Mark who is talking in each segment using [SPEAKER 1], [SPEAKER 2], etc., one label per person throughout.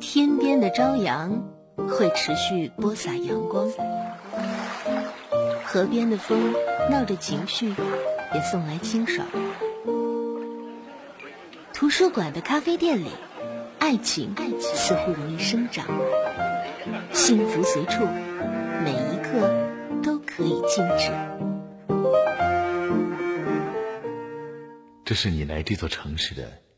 [SPEAKER 1] 天边的朝阳会持续播撒阳光，河边的风闹着情绪，也送来清爽。图书馆的咖啡店里，爱情似乎容易生长，幸福随处，每一刻都可以静止。
[SPEAKER 2] 这是你来这座城市的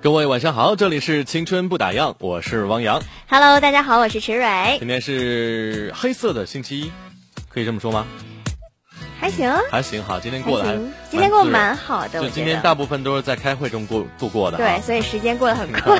[SPEAKER 3] 各位晚上好，这里是青春不打烊，我是汪洋。
[SPEAKER 4] Hello，大家好，我是池蕊，
[SPEAKER 3] 今天是黑色的星期一，可以这么说吗？
[SPEAKER 4] 还行，
[SPEAKER 3] 还行哈，今天过得还
[SPEAKER 4] 还行今天过得蛮
[SPEAKER 3] 自
[SPEAKER 4] 好的
[SPEAKER 3] 然就
[SPEAKER 4] 我觉
[SPEAKER 3] 今天
[SPEAKER 4] 得
[SPEAKER 3] 大部分都是在开会中过度过的。啊
[SPEAKER 4] 对，，所以时间过得很快。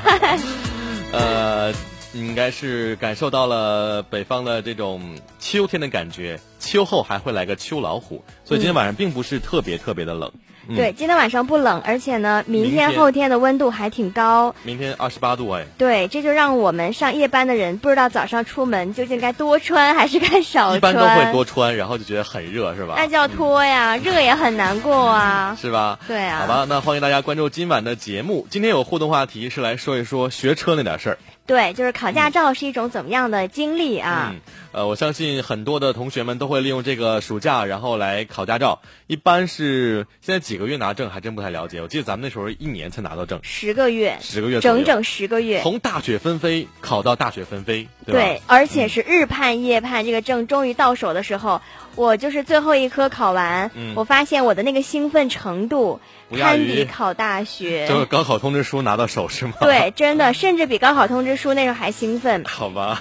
[SPEAKER 3] 呃，应该是感受到了北方的这种秋天的感觉，秋后还会来个秋老虎，所以今天晚上并不是特别特别的冷。嗯
[SPEAKER 4] 对，今天晚上不冷，而且呢，明
[SPEAKER 3] 明天
[SPEAKER 4] 天后天的温度还挺高。
[SPEAKER 3] 明天二十八度哎，
[SPEAKER 4] 对，这就让我们上夜班的人不知道早上出门究竟该多穿还是该少穿。
[SPEAKER 3] 一般都会多嗯穿，然后就觉得很热是吧？
[SPEAKER 4] 那就要脱呀，热也很难过啊。
[SPEAKER 3] 是吧？
[SPEAKER 4] 对啊
[SPEAKER 3] 好吧，那欢迎大家关注今晚的节目。今天有互动话题是来说一说学车那点事儿。
[SPEAKER 4] 对，就是考驾照是一种怎么样的经历啊？
[SPEAKER 3] 嗯，呃，我相信很多的同学们都会利用这个暑假，然后来考驾照。一般是现在几个月拿证，还真不太了解。我记得咱们那时候一年才拿到证，
[SPEAKER 4] 十个月，
[SPEAKER 3] 十个月左右
[SPEAKER 4] 整整十个月。
[SPEAKER 3] 从大雪纷飞考到大雪纷飞，对吧？嗯
[SPEAKER 4] 对，而且是日盼夜盼，这个证终于到手的时候，我就是最后一科考完，
[SPEAKER 3] 嗯
[SPEAKER 4] 我发现我的那个兴奋程度
[SPEAKER 3] 不亚
[SPEAKER 4] 堪
[SPEAKER 3] 于
[SPEAKER 4] 比考大
[SPEAKER 3] 就是
[SPEAKER 4] 学。
[SPEAKER 3] 高考通知书拿到手是吗？，
[SPEAKER 4] 对，真的，甚至比高考通知书那时候还兴奋。
[SPEAKER 3] 好吧。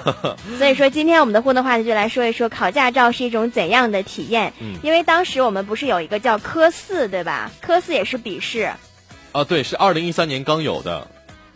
[SPEAKER 4] 所以说，今天我们的互动话题就来说一说考驾照是一种怎样的体验。
[SPEAKER 3] 嗯
[SPEAKER 4] 因为当时我们不是有一个叫科四，对吧？科四也是笔试，
[SPEAKER 3] 啊，对，是二零一三年刚有的，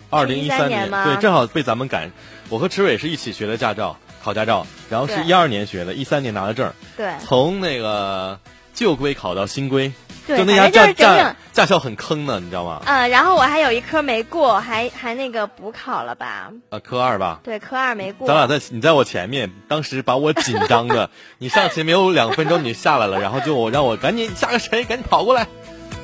[SPEAKER 3] 二零一
[SPEAKER 4] 2013
[SPEAKER 3] 三
[SPEAKER 4] 年吗
[SPEAKER 3] 对，正好被咱们赶。我和池伟是一起学的驾照，考驾照，然后是
[SPEAKER 4] 对
[SPEAKER 3] 一二年学的，一三年拿的证，
[SPEAKER 4] 对
[SPEAKER 3] 从那个旧规考到新规，
[SPEAKER 4] 对
[SPEAKER 3] 就那家
[SPEAKER 4] 反正就是
[SPEAKER 3] 驾
[SPEAKER 4] 整整
[SPEAKER 3] 驾驾校很坑的，你知道吗？
[SPEAKER 4] 呃，然后我还有一科没过，还还那个补考了吧？
[SPEAKER 3] 啊，科二吧。
[SPEAKER 4] 对，科二没过。
[SPEAKER 3] 咱俩在你在我前面，当时把我紧张的， 你上前没有两分钟你就下来了，然后就我让我赶紧下个谁，赶紧跑过来，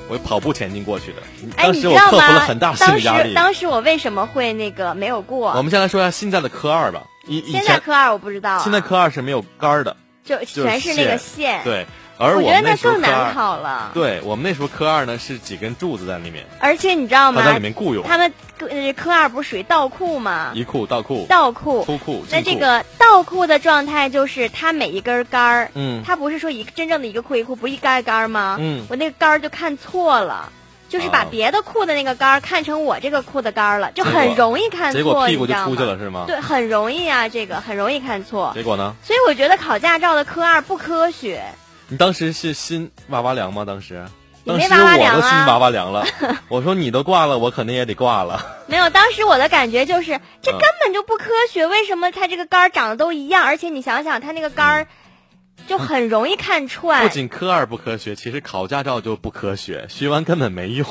[SPEAKER 3] 我跑步前进过去的。
[SPEAKER 4] 哎，
[SPEAKER 3] 当
[SPEAKER 4] 你
[SPEAKER 3] 时
[SPEAKER 4] 知
[SPEAKER 3] 我
[SPEAKER 4] 道
[SPEAKER 3] 克
[SPEAKER 4] 吗？
[SPEAKER 3] 服了很大心理压
[SPEAKER 4] 当时
[SPEAKER 3] 力。
[SPEAKER 4] 当时我为什么会那个没有
[SPEAKER 3] 我
[SPEAKER 4] 过？
[SPEAKER 3] 们先来说一下现在的科二吧，以以
[SPEAKER 4] 现在
[SPEAKER 3] 前
[SPEAKER 4] 科二我不知道、啊，
[SPEAKER 3] 现在科二是没有杆儿的，
[SPEAKER 4] 就
[SPEAKER 3] 就是
[SPEAKER 4] 全是那个线。，
[SPEAKER 3] 对，而
[SPEAKER 4] 我觉得
[SPEAKER 3] 们
[SPEAKER 4] 那
[SPEAKER 3] 那时候
[SPEAKER 4] 更
[SPEAKER 3] 科
[SPEAKER 4] 难
[SPEAKER 3] 二，
[SPEAKER 4] 考了。
[SPEAKER 3] 对我们那时候科二呢是几根柱子在里面，
[SPEAKER 4] 而且你知
[SPEAKER 3] 它
[SPEAKER 4] 道吗？
[SPEAKER 3] 在里面雇佣，
[SPEAKER 4] 他们呃科二不是属于倒库吗？
[SPEAKER 3] 一库倒库、
[SPEAKER 4] 倒库。
[SPEAKER 3] 出库、
[SPEAKER 4] 那
[SPEAKER 3] 进库，
[SPEAKER 4] 这个倒库的状态就是，它每一根杆儿，
[SPEAKER 3] 嗯
[SPEAKER 4] 它不是说一真正的一个库一库，不一杆一杆儿吗？
[SPEAKER 3] 嗯
[SPEAKER 4] 我那个杆儿就看错了，就是把
[SPEAKER 3] 啊
[SPEAKER 4] 别的库的那个杆儿看成我这个库的杆儿了，就
[SPEAKER 3] 结果
[SPEAKER 4] 很容易看错，
[SPEAKER 3] 结果屁股
[SPEAKER 4] 你知
[SPEAKER 3] 就出
[SPEAKER 4] 道
[SPEAKER 3] 去
[SPEAKER 4] 吗
[SPEAKER 3] 了是吗？
[SPEAKER 4] 对，很容易啊，这个很容易看错。
[SPEAKER 3] 结果呢？
[SPEAKER 4] 所以我觉得考驾照的科二不科学。
[SPEAKER 3] 你当时是心哇哇凉吗？当时？
[SPEAKER 4] 也
[SPEAKER 3] 当
[SPEAKER 4] 没
[SPEAKER 3] 时
[SPEAKER 4] 哇哇
[SPEAKER 3] 我
[SPEAKER 4] 凉
[SPEAKER 3] 都
[SPEAKER 4] 啊
[SPEAKER 3] 心哇哇凉 了，我说你都挂了，我肯定也得挂了。
[SPEAKER 4] 没有，当时我的感觉就是这
[SPEAKER 3] 嗯
[SPEAKER 4] 根本就不科学。为什么它这个杆儿长得都一样？而且你想想，它那个杆儿就很容易看
[SPEAKER 3] 嗯不
[SPEAKER 4] 穿。
[SPEAKER 3] 仅科二不科学，其实考驾照就不科学，学完根本没用。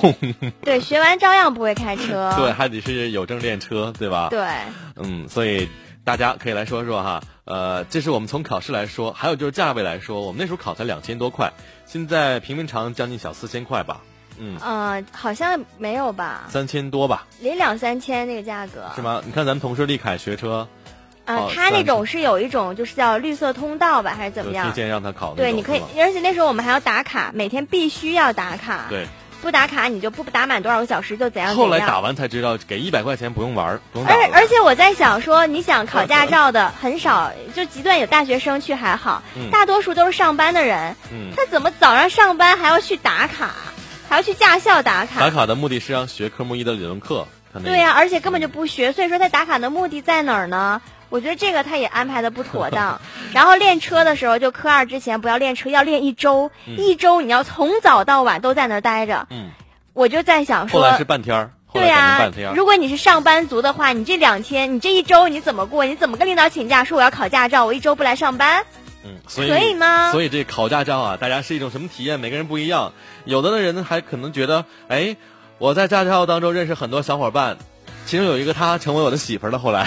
[SPEAKER 4] 对，学完照样不会开车。
[SPEAKER 3] 对，还得是有证练车，嗯对吧？
[SPEAKER 4] 对
[SPEAKER 3] 嗯，所以大家可以来说说哈，呃，这是我们从考试来说，还有就是价位来说，我们那时候考才两千多块，现在平民常将近小四千块吧，嗯，
[SPEAKER 4] 嗯、好像没有吧，
[SPEAKER 3] 三千多吧，
[SPEAKER 4] 也两三千那个价格。
[SPEAKER 3] 是？吗？你看咱们同事丽凯学车，
[SPEAKER 4] 啊、
[SPEAKER 3] 哦
[SPEAKER 4] 它那
[SPEAKER 3] 三
[SPEAKER 4] 种是有一种就是叫绿色通道吧，还是怎
[SPEAKER 3] 就
[SPEAKER 4] 么
[SPEAKER 3] 提
[SPEAKER 4] 样？
[SPEAKER 3] 前让他考那种，
[SPEAKER 4] 对，你可以
[SPEAKER 3] 是吗，
[SPEAKER 4] 而且那时候我们还要打卡，每天必须要打卡。。
[SPEAKER 3] 对，
[SPEAKER 4] 不打卡你就不打满多少个小时就怎样怎
[SPEAKER 3] 后
[SPEAKER 4] 样。
[SPEAKER 3] 来打完才知道，给一百块钱不用玩儿，不用打
[SPEAKER 4] 而
[SPEAKER 3] 了
[SPEAKER 4] 而且我在想说，你想考驾照的很少，就极端有大学生去还好，
[SPEAKER 3] 嗯
[SPEAKER 4] 大多数都是上班的人，
[SPEAKER 3] 嗯，
[SPEAKER 4] 他怎么早上上班还要去打卡，还要去驾校打卡？
[SPEAKER 3] 打卡的目的是让学科目一的理论课，可能
[SPEAKER 4] 对呀、而且根本
[SPEAKER 3] 嗯
[SPEAKER 4] 就不学，所以说他打卡的目的在哪儿呢？我觉得这个他也安排的不妥当。然后练车的时候，就科二之前不要练车，要练一周，一周你要从早到晚都在那儿待着。
[SPEAKER 3] 嗯，
[SPEAKER 4] 我就在想
[SPEAKER 3] 后
[SPEAKER 4] 说，
[SPEAKER 3] 来是半天儿，后来
[SPEAKER 4] 对
[SPEAKER 3] 改成
[SPEAKER 4] 呀、
[SPEAKER 3] 半天啊儿。
[SPEAKER 4] 如果你是上班族的话，你这两天，你这一周你怎么过？你怎么跟领导请假说我要考驾照，我一周不来上班？
[SPEAKER 3] 嗯，所以
[SPEAKER 4] 可以吗
[SPEAKER 3] 所以这考驾照啊，大家是一种什么体验？每个人不一样。有的人呢还可能觉得，哎，我在驾照当中认识很多小伙伴，其中有一个她成为我的媳妇儿了，后来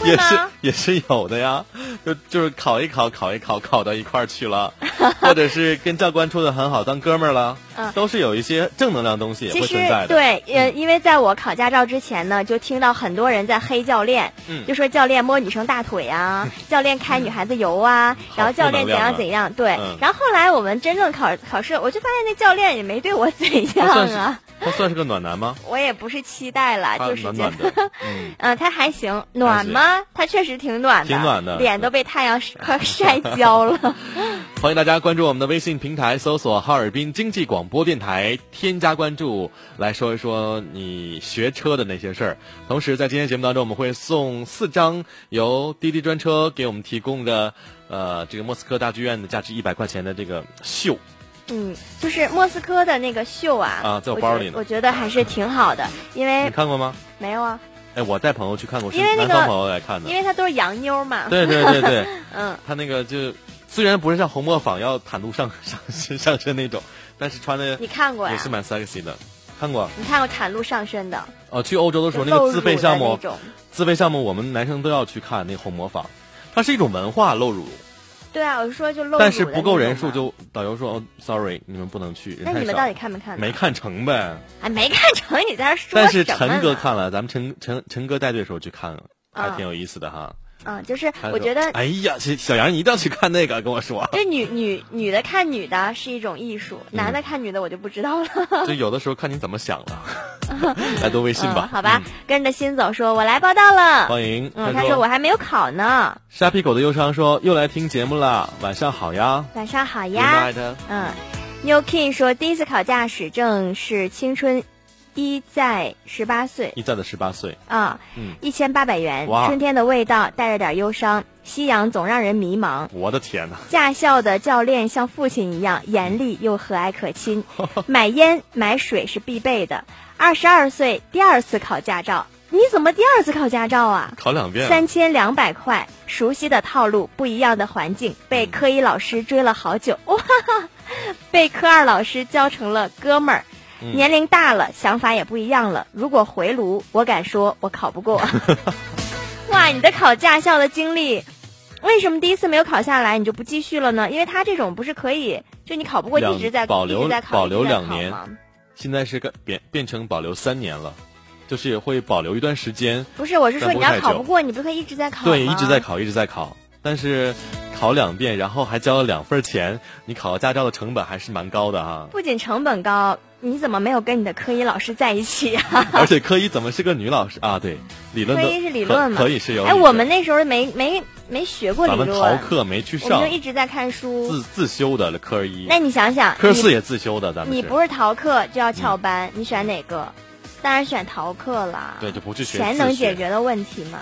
[SPEAKER 4] 会
[SPEAKER 3] 也
[SPEAKER 4] 吗
[SPEAKER 3] 是也是有的呀。就就是考一考，考一考，考到一块儿去 了，或者是跟教官处的很好，当哥们儿了，
[SPEAKER 4] 嗯
[SPEAKER 3] 都是有一些正能量东西也
[SPEAKER 4] 其
[SPEAKER 3] 会
[SPEAKER 4] 实
[SPEAKER 3] 存在的。嗯
[SPEAKER 4] 对，呃，因为在我考驾照之前呢，就听到很多人在黑教练，
[SPEAKER 3] 嗯
[SPEAKER 4] 就说教练摸女生大腿 啊，教练开女孩子油啊，然后教练怎样怎样，对。
[SPEAKER 3] 嗯
[SPEAKER 4] 然后后来我们真正考考试，我就发现那教练也没对我怎样
[SPEAKER 3] 他哦算是
[SPEAKER 4] 啊，
[SPEAKER 3] 他算是个暖男吗？
[SPEAKER 4] 我也不是期待了，
[SPEAKER 3] 他
[SPEAKER 4] 就是觉
[SPEAKER 3] 暖
[SPEAKER 4] 得
[SPEAKER 3] 暖。的，嗯，
[SPEAKER 4] 嗯，他还行，暖吗？他确实挺暖的，
[SPEAKER 3] 挺暖的
[SPEAKER 4] 脸都被太 阳快晒焦了。
[SPEAKER 3] 欢迎大家关注我们的微信平台，搜索“哈尔滨经济广播电台”，添加关注，来说一说你学车的那些事儿。同时，在今天节目当中，我们会送四张由滴滴专车给我们提供的，呃，这个莫斯科大剧院的价值一百块钱的这个秀。
[SPEAKER 4] 嗯，就是莫斯科的那个秀啊，
[SPEAKER 3] 啊在我
[SPEAKER 4] 我
[SPEAKER 3] 包
[SPEAKER 4] 觉
[SPEAKER 3] 里呢嗯
[SPEAKER 4] 我觉得还是挺好的，因
[SPEAKER 3] 你
[SPEAKER 4] 为
[SPEAKER 3] 看过吗？
[SPEAKER 4] 没有啊，
[SPEAKER 3] 哎，我带朋友去看过，是
[SPEAKER 4] 因为那
[SPEAKER 3] 南
[SPEAKER 4] 个
[SPEAKER 3] 方朋友来看的
[SPEAKER 4] 因。为它都是洋妞嘛。
[SPEAKER 3] 对对对 对，
[SPEAKER 4] 嗯，
[SPEAKER 3] 他那个就虽然不是像红磨坊要袒露上上身上身那种，但是穿的
[SPEAKER 4] 你看过呀
[SPEAKER 3] 也？是蛮 sexy 的。看过啊
[SPEAKER 4] 你看过袒露上身的，
[SPEAKER 3] 哦，去欧洲的时候那
[SPEAKER 4] 露
[SPEAKER 3] 个
[SPEAKER 4] 乳
[SPEAKER 3] 自
[SPEAKER 4] 的
[SPEAKER 3] 费项目
[SPEAKER 4] 那，种，
[SPEAKER 3] 自费项目我们男生都要去看那个红磨坊，它是一种文化露乳，
[SPEAKER 4] 对啊，我说就露乳的
[SPEAKER 3] 但
[SPEAKER 4] 那种
[SPEAKER 3] 是
[SPEAKER 4] 嘛
[SPEAKER 3] 不够人数。就导游说、哦、sorry 你们不能去，人
[SPEAKER 4] 那
[SPEAKER 3] 太少。
[SPEAKER 4] 你们到底看没看？
[SPEAKER 3] 没，看成呗？
[SPEAKER 4] 哎，没看成，你在这说
[SPEAKER 3] 但是
[SPEAKER 4] 什么
[SPEAKER 3] 陈哥
[SPEAKER 4] 呢
[SPEAKER 3] 看了，咱们陈陈陈哥带队的时候去看了，还
[SPEAKER 4] 嗯
[SPEAKER 3] 挺有意思的哈。
[SPEAKER 4] 啊，就是
[SPEAKER 3] 他
[SPEAKER 4] 我
[SPEAKER 3] 说
[SPEAKER 4] 觉得，
[SPEAKER 3] 哎呀，小小杨你一定要去看那个，跟我 说。
[SPEAKER 4] 就女女女的看女的是一种艺术，男
[SPEAKER 3] 嗯
[SPEAKER 4] 的看女的我就不知道了。
[SPEAKER 3] 就有的时候看你怎么想 了，来读微信吧。
[SPEAKER 4] 嗯、 好吧
[SPEAKER 3] 嗯，，
[SPEAKER 4] 跟着新总说，我来报道了。
[SPEAKER 3] 欢迎。
[SPEAKER 4] 嗯，他说我还没有考呢。
[SPEAKER 3] 沙皮狗的忧伤说又来听节目了，晚上好呀，
[SPEAKER 4] 晚上好
[SPEAKER 3] 亲爱
[SPEAKER 4] 呀。
[SPEAKER 3] 的。
[SPEAKER 4] 嗯，New King 说第一次考驾驶证是青春一在十八岁
[SPEAKER 3] 一再的十八岁，
[SPEAKER 4] 啊
[SPEAKER 3] 嗯，
[SPEAKER 4] 一千八百元。
[SPEAKER 3] 哇
[SPEAKER 4] 春天的味道带着点忧伤，夕阳总让人迷茫。
[SPEAKER 3] 我的天哪！
[SPEAKER 4] 驾校的教练像父亲一样严厉又和蔼可亲， 买烟买水是必备的。二十二岁第二次考驾照，你怎么第二次考驾照啊？
[SPEAKER 3] 考两遍了，
[SPEAKER 4] 三千两百块，熟悉的套路，不一样的环境，被科一老师追了好久，哇，
[SPEAKER 3] 嗯
[SPEAKER 4] 被科二老师教成了哥们儿。
[SPEAKER 3] 嗯
[SPEAKER 4] 年龄大了，想法也不一样了。如果回炉，我敢说我考 不过。哇，你的考驾校的经历，为什么第一次没有考下来你就不继续了呢？因为他这种不是可以，就你考不过
[SPEAKER 3] 两
[SPEAKER 4] 一直在
[SPEAKER 3] 保留
[SPEAKER 4] 一直在考
[SPEAKER 3] 保留
[SPEAKER 4] 一直在
[SPEAKER 3] 两
[SPEAKER 4] 考
[SPEAKER 3] 年
[SPEAKER 4] 吗
[SPEAKER 3] 现在是个变变成保留三年了，就是也会保留一段时间，
[SPEAKER 4] 不是，我是说
[SPEAKER 3] 但
[SPEAKER 4] 你
[SPEAKER 3] 不
[SPEAKER 4] 要
[SPEAKER 3] 太
[SPEAKER 4] 考
[SPEAKER 3] 久
[SPEAKER 4] 不过，你不可以一直在考吗？。
[SPEAKER 3] 对，一直在考，一直在考，但是考两遍，然后还交了两份钱，你考驾照的成本还是蛮高的哈
[SPEAKER 4] 不仅成本高，你怎么没有跟你的科一老师在一起呀、
[SPEAKER 3] 而且科一怎么是个女老师啊？对，理论
[SPEAKER 4] 科
[SPEAKER 3] 的
[SPEAKER 4] 一是理论嘛
[SPEAKER 3] 可可以是有理
[SPEAKER 4] 哎，
[SPEAKER 3] 论。
[SPEAKER 4] 我们那时候没没没学过理
[SPEAKER 3] 咱们逃
[SPEAKER 4] 论，
[SPEAKER 3] 课没去
[SPEAKER 4] 我们
[SPEAKER 3] 上
[SPEAKER 4] 就，一直在看书。
[SPEAKER 3] 自自修的科一，
[SPEAKER 4] 那你想想，
[SPEAKER 3] 科四也自修的，咱们
[SPEAKER 4] 你你
[SPEAKER 3] 是
[SPEAKER 4] 不是逃课就要翘班，你选哪个？当然选逃课啦。
[SPEAKER 3] 对，就不去学
[SPEAKER 4] 全能
[SPEAKER 3] 自学
[SPEAKER 4] 解决的问题嘛。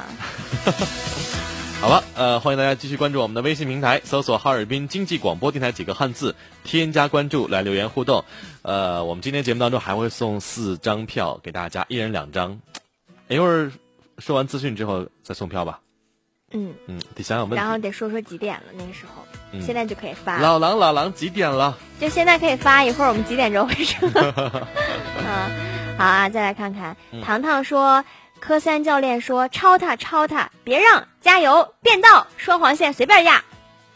[SPEAKER 3] 好了，呃，欢迎大家继续关注我们的微信平台，搜索哈尔滨经济广播电台几个汉字，添加关注来留言互动。呃，我们今天节目当中还会送四张票给大家，一人两张。哎一会儿说完资讯之后再送票吧。
[SPEAKER 4] 嗯，
[SPEAKER 3] 嗯，得想想问
[SPEAKER 4] 然后
[SPEAKER 3] 题。
[SPEAKER 4] 得说说几点了，那个时候，
[SPEAKER 3] 嗯
[SPEAKER 4] 现在就可以发，
[SPEAKER 3] 老狼，老狼几点了？
[SPEAKER 4] 就现在可以发，一会儿我们几点钟会说？ 嗯，好啊，再来看看，
[SPEAKER 3] 嗯
[SPEAKER 4] 糖糖说。科三教练说：“超他，超他，别让，加油，变道，双黄线随便压。”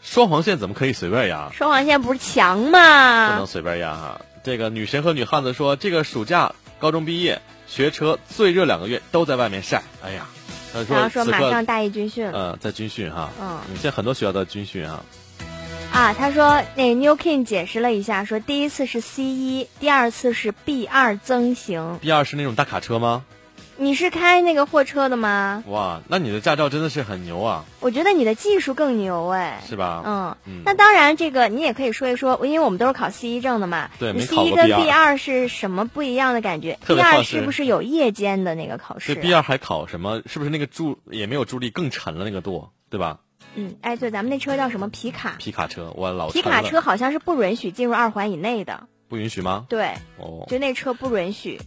[SPEAKER 3] 双黄线怎么可以随便压？
[SPEAKER 4] 双黄线不是强
[SPEAKER 3] 不能
[SPEAKER 4] 吗？
[SPEAKER 3] 随便压哈。这个女神和女汉子说，这个暑假高中毕业学车最热两个月都在外面晒。哎呀，他
[SPEAKER 4] 然
[SPEAKER 3] 说
[SPEAKER 4] 后说
[SPEAKER 3] 此
[SPEAKER 4] 马
[SPEAKER 3] 刻
[SPEAKER 4] 上大一军训了、
[SPEAKER 3] 呃在军训哈，
[SPEAKER 4] 嗯
[SPEAKER 3] 现在很多学校的军训哈。
[SPEAKER 4] 啊！他说那 New King 解释了一下，说第一次是 C 一，第二次是 B 二增型，
[SPEAKER 3] 第二是那种大卡车吗？
[SPEAKER 4] 你是开那个货车的吗？
[SPEAKER 3] 哇，那你的驾照真的是很牛啊，
[SPEAKER 4] 我觉得你的技术更牛哎。
[SPEAKER 3] 是吧？
[SPEAKER 4] 嗯
[SPEAKER 3] 嗯，
[SPEAKER 4] 那当然，这个你也可以说一说，因为我们都是考 C 一证的嘛。
[SPEAKER 3] 对
[SPEAKER 4] 你
[SPEAKER 3] 没
[SPEAKER 4] C
[SPEAKER 3] 考
[SPEAKER 4] 一
[SPEAKER 3] 过
[SPEAKER 4] 跟
[SPEAKER 3] B2
[SPEAKER 4] B 二是什么不一样的感觉
[SPEAKER 3] 特
[SPEAKER 4] ？B
[SPEAKER 3] 别好
[SPEAKER 4] 二
[SPEAKER 3] 是
[SPEAKER 4] 是不是有夜间的那个考试
[SPEAKER 3] 对
[SPEAKER 4] 啊？
[SPEAKER 3] B 二还考什么？是不是那个助也没有助力，更沉了那个舵，对吧？
[SPEAKER 4] 嗯，哎，对，咱们那车叫什么皮卡？
[SPEAKER 3] 皮卡车，我老
[SPEAKER 4] 皮
[SPEAKER 3] 沉哦
[SPEAKER 4] 卡
[SPEAKER 3] 了
[SPEAKER 4] 车好像是不允许进入二环以内的，
[SPEAKER 3] 不允许吗？
[SPEAKER 4] 对，
[SPEAKER 3] 哦，啊
[SPEAKER 4] 就那车不允许，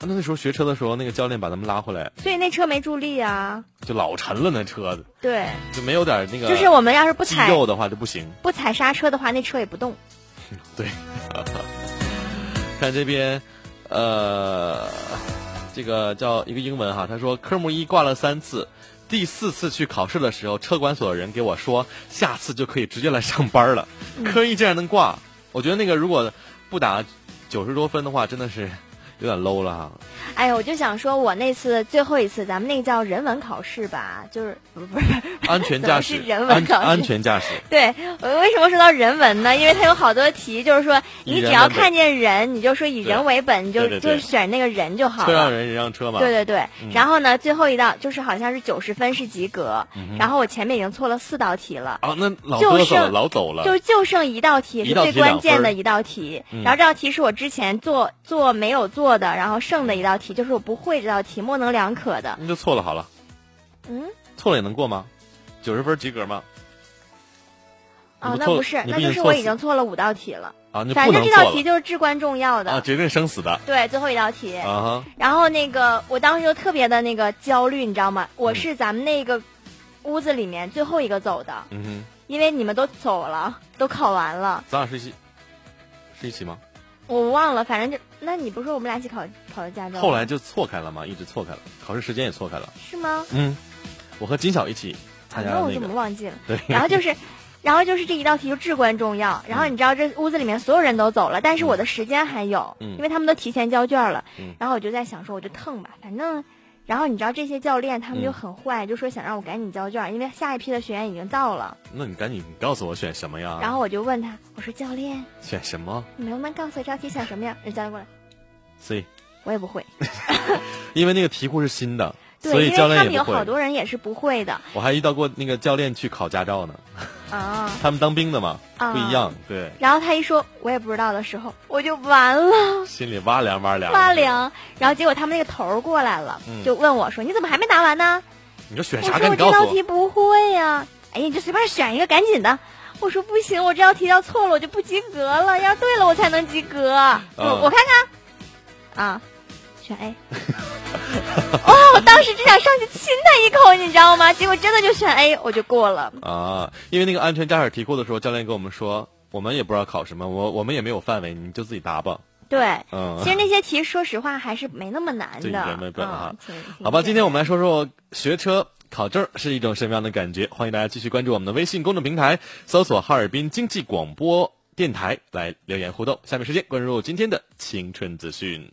[SPEAKER 3] 那那时候学车的时候，那个教练把咱们拉回来，
[SPEAKER 4] 所以那车没助力啊。
[SPEAKER 3] 就老沉了，那车子
[SPEAKER 4] 对，
[SPEAKER 3] 就没有点那个，
[SPEAKER 4] 就是我们要是不
[SPEAKER 3] 肌
[SPEAKER 4] 踩
[SPEAKER 3] 肉的话就不行。
[SPEAKER 4] 不踩刹车的话，那车也不动。
[SPEAKER 3] 对，看这边，呃，这个叫一个英文哈，他说科目一挂了三次，第四次去考试的时候，车管所的人给我说，下次就可以直接来上班了。
[SPEAKER 4] 嗯
[SPEAKER 3] 科一竟然能挂，我觉得那个如果不打九十多分的话，真的是有点 low 了哈。
[SPEAKER 4] 哎呀，我就想说，我那次最后一次，咱们那个叫人文考试吧，就是不不是
[SPEAKER 3] 安全驾
[SPEAKER 4] 怎
[SPEAKER 3] 驶
[SPEAKER 4] 么是人，文
[SPEAKER 3] 安
[SPEAKER 4] 考试
[SPEAKER 3] 安全驾驶，
[SPEAKER 4] 对，我为什么说到人文呢？因为它有好多题，就是说
[SPEAKER 3] 以
[SPEAKER 4] 你
[SPEAKER 3] 人
[SPEAKER 4] 只要
[SPEAKER 3] 为本
[SPEAKER 4] 看见人，你就说以
[SPEAKER 3] 对
[SPEAKER 4] 人为本，你就
[SPEAKER 3] 对对对
[SPEAKER 4] 就选那个人就好
[SPEAKER 3] 车让
[SPEAKER 4] 了。
[SPEAKER 3] 人人让车嘛。嗯
[SPEAKER 4] 对对对，然后呢，最后一道就是好像是九十分是及格，
[SPEAKER 3] 嗯
[SPEAKER 4] 然后我前面已经错了四道题了。
[SPEAKER 3] 啊，那老
[SPEAKER 4] 就
[SPEAKER 3] 哆嗦了，
[SPEAKER 4] 剩
[SPEAKER 3] 老走了。
[SPEAKER 4] 就就剩一道题
[SPEAKER 3] 一
[SPEAKER 4] 是
[SPEAKER 3] 道
[SPEAKER 4] 最
[SPEAKER 3] 题两
[SPEAKER 4] 关键
[SPEAKER 3] 分儿嗯
[SPEAKER 4] 的一道题，然后这道题是我之前做做没有做的，然后剩的一道题，就是我不会这道题，模棱两可的。
[SPEAKER 3] 那就错了好了。
[SPEAKER 4] 嗯，
[SPEAKER 3] 错了也能过吗？九十分及格吗？
[SPEAKER 4] 哦
[SPEAKER 3] 你，
[SPEAKER 4] 那
[SPEAKER 3] 错
[SPEAKER 4] 不是，
[SPEAKER 3] 你
[SPEAKER 4] 那
[SPEAKER 3] 已
[SPEAKER 4] 就
[SPEAKER 3] 经
[SPEAKER 4] 是
[SPEAKER 3] 错
[SPEAKER 4] 我已
[SPEAKER 3] 死
[SPEAKER 4] 经错了五道题了。
[SPEAKER 3] 啊，你
[SPEAKER 4] 反
[SPEAKER 3] 不
[SPEAKER 4] 正
[SPEAKER 3] 能
[SPEAKER 4] 这
[SPEAKER 3] 错
[SPEAKER 4] 道
[SPEAKER 3] 了
[SPEAKER 4] 题就是至关重要的，
[SPEAKER 3] 啊，决定生死的
[SPEAKER 4] 对，最后一道题。
[SPEAKER 3] 啊哈，
[SPEAKER 4] 然后那个我当时就特别的那个焦虑，你知道吗？我
[SPEAKER 3] 嗯
[SPEAKER 4] 是咱们那个屋子里面最后一个走的，
[SPEAKER 3] 嗯哼，
[SPEAKER 4] 因为你们都走了， 都考完了，
[SPEAKER 3] 咱俩是一起，是一起吗？
[SPEAKER 4] 我忘了，反正就那你不是说我们俩一起考考的驾照吗？
[SPEAKER 3] 后来就错开了嘛，一直错开了，考试时间也错开了。
[SPEAKER 4] 是吗？
[SPEAKER 3] 嗯，我和金晓一起
[SPEAKER 4] 啊，
[SPEAKER 3] 参加
[SPEAKER 4] 那
[SPEAKER 3] 了
[SPEAKER 4] 我
[SPEAKER 3] 那
[SPEAKER 4] 怎么
[SPEAKER 3] 个，
[SPEAKER 4] 忘记了？
[SPEAKER 3] 对， 嗯
[SPEAKER 4] 然后就是，然后就是这一道题就至关重要。然后你知道这屋子里面所有人都走了，但是我的时间还有，
[SPEAKER 3] 嗯
[SPEAKER 4] 因为他们都提前交卷了。
[SPEAKER 3] 嗯
[SPEAKER 4] 然后我就在想说，我就蹭吧，反正。然后你知道这些教练他们就
[SPEAKER 3] 嗯
[SPEAKER 4] 很坏，就说想让我赶紧交卷，因为下一批的学员已经到了。
[SPEAKER 3] 那你赶紧告诉我选什么呀？
[SPEAKER 4] 然后我就问他，我说教练，
[SPEAKER 3] 选什么
[SPEAKER 4] 你能不能告诉我这道题选什么呀？人教练过来，
[SPEAKER 3] C？
[SPEAKER 4] 我也 不会。
[SPEAKER 3] 因为那个题库是新的，所
[SPEAKER 4] 对，
[SPEAKER 3] 以
[SPEAKER 4] 因为
[SPEAKER 3] 教
[SPEAKER 4] 他们
[SPEAKER 3] 练也
[SPEAKER 4] 有
[SPEAKER 3] 不
[SPEAKER 4] 好
[SPEAKER 3] 会。
[SPEAKER 4] 多人也是不会的
[SPEAKER 3] 我还遇到过那个教练去考驾照呢，
[SPEAKER 4] 啊。
[SPEAKER 3] 他们当兵的嘛，
[SPEAKER 4] 啊
[SPEAKER 3] 不一样，对，
[SPEAKER 4] 然后他一说我也不知道的时候，我就完了。
[SPEAKER 3] 心里哇凉哇凉。
[SPEAKER 4] 发。凉，然后结果他们那个头儿过来了，
[SPEAKER 3] 嗯
[SPEAKER 4] 就问我说：“你怎么还没答完呢
[SPEAKER 3] 你说？”选
[SPEAKER 4] 我
[SPEAKER 3] 啥？
[SPEAKER 4] 说：“
[SPEAKER 3] 赶
[SPEAKER 4] 我
[SPEAKER 3] 紧
[SPEAKER 4] 这
[SPEAKER 3] 告
[SPEAKER 4] 道
[SPEAKER 3] 诉
[SPEAKER 4] 题不会呀、哎呀，你就随便选一个，赶紧的。我说：“不行，我这道题要错了我就不及格了，要对了我才能及格。
[SPEAKER 3] 嗯
[SPEAKER 4] 我我看看，啊，选 A。哦，我当时只想上去亲他一口，你知道吗？结果真的就选 A，我就过了。
[SPEAKER 3] 啊，因为那个安全驾驶题库的时候，教练跟我们说，我们也不知道考什么，我我们也没有范围，你就自己答吧。
[SPEAKER 4] 对，
[SPEAKER 3] 嗯
[SPEAKER 4] 其实那些题说实话还是没那么难
[SPEAKER 3] 对
[SPEAKER 4] 的，
[SPEAKER 3] 也没办法
[SPEAKER 4] 嗯挺挺
[SPEAKER 3] 好吧，
[SPEAKER 4] 简
[SPEAKER 3] 今天我们来说说学车考证是一种什么样的感觉，欢迎大家继续关注我们的微信公众平台，搜索哈尔滨经济广播电台来留言互动。下面时间关注今天的青春资讯。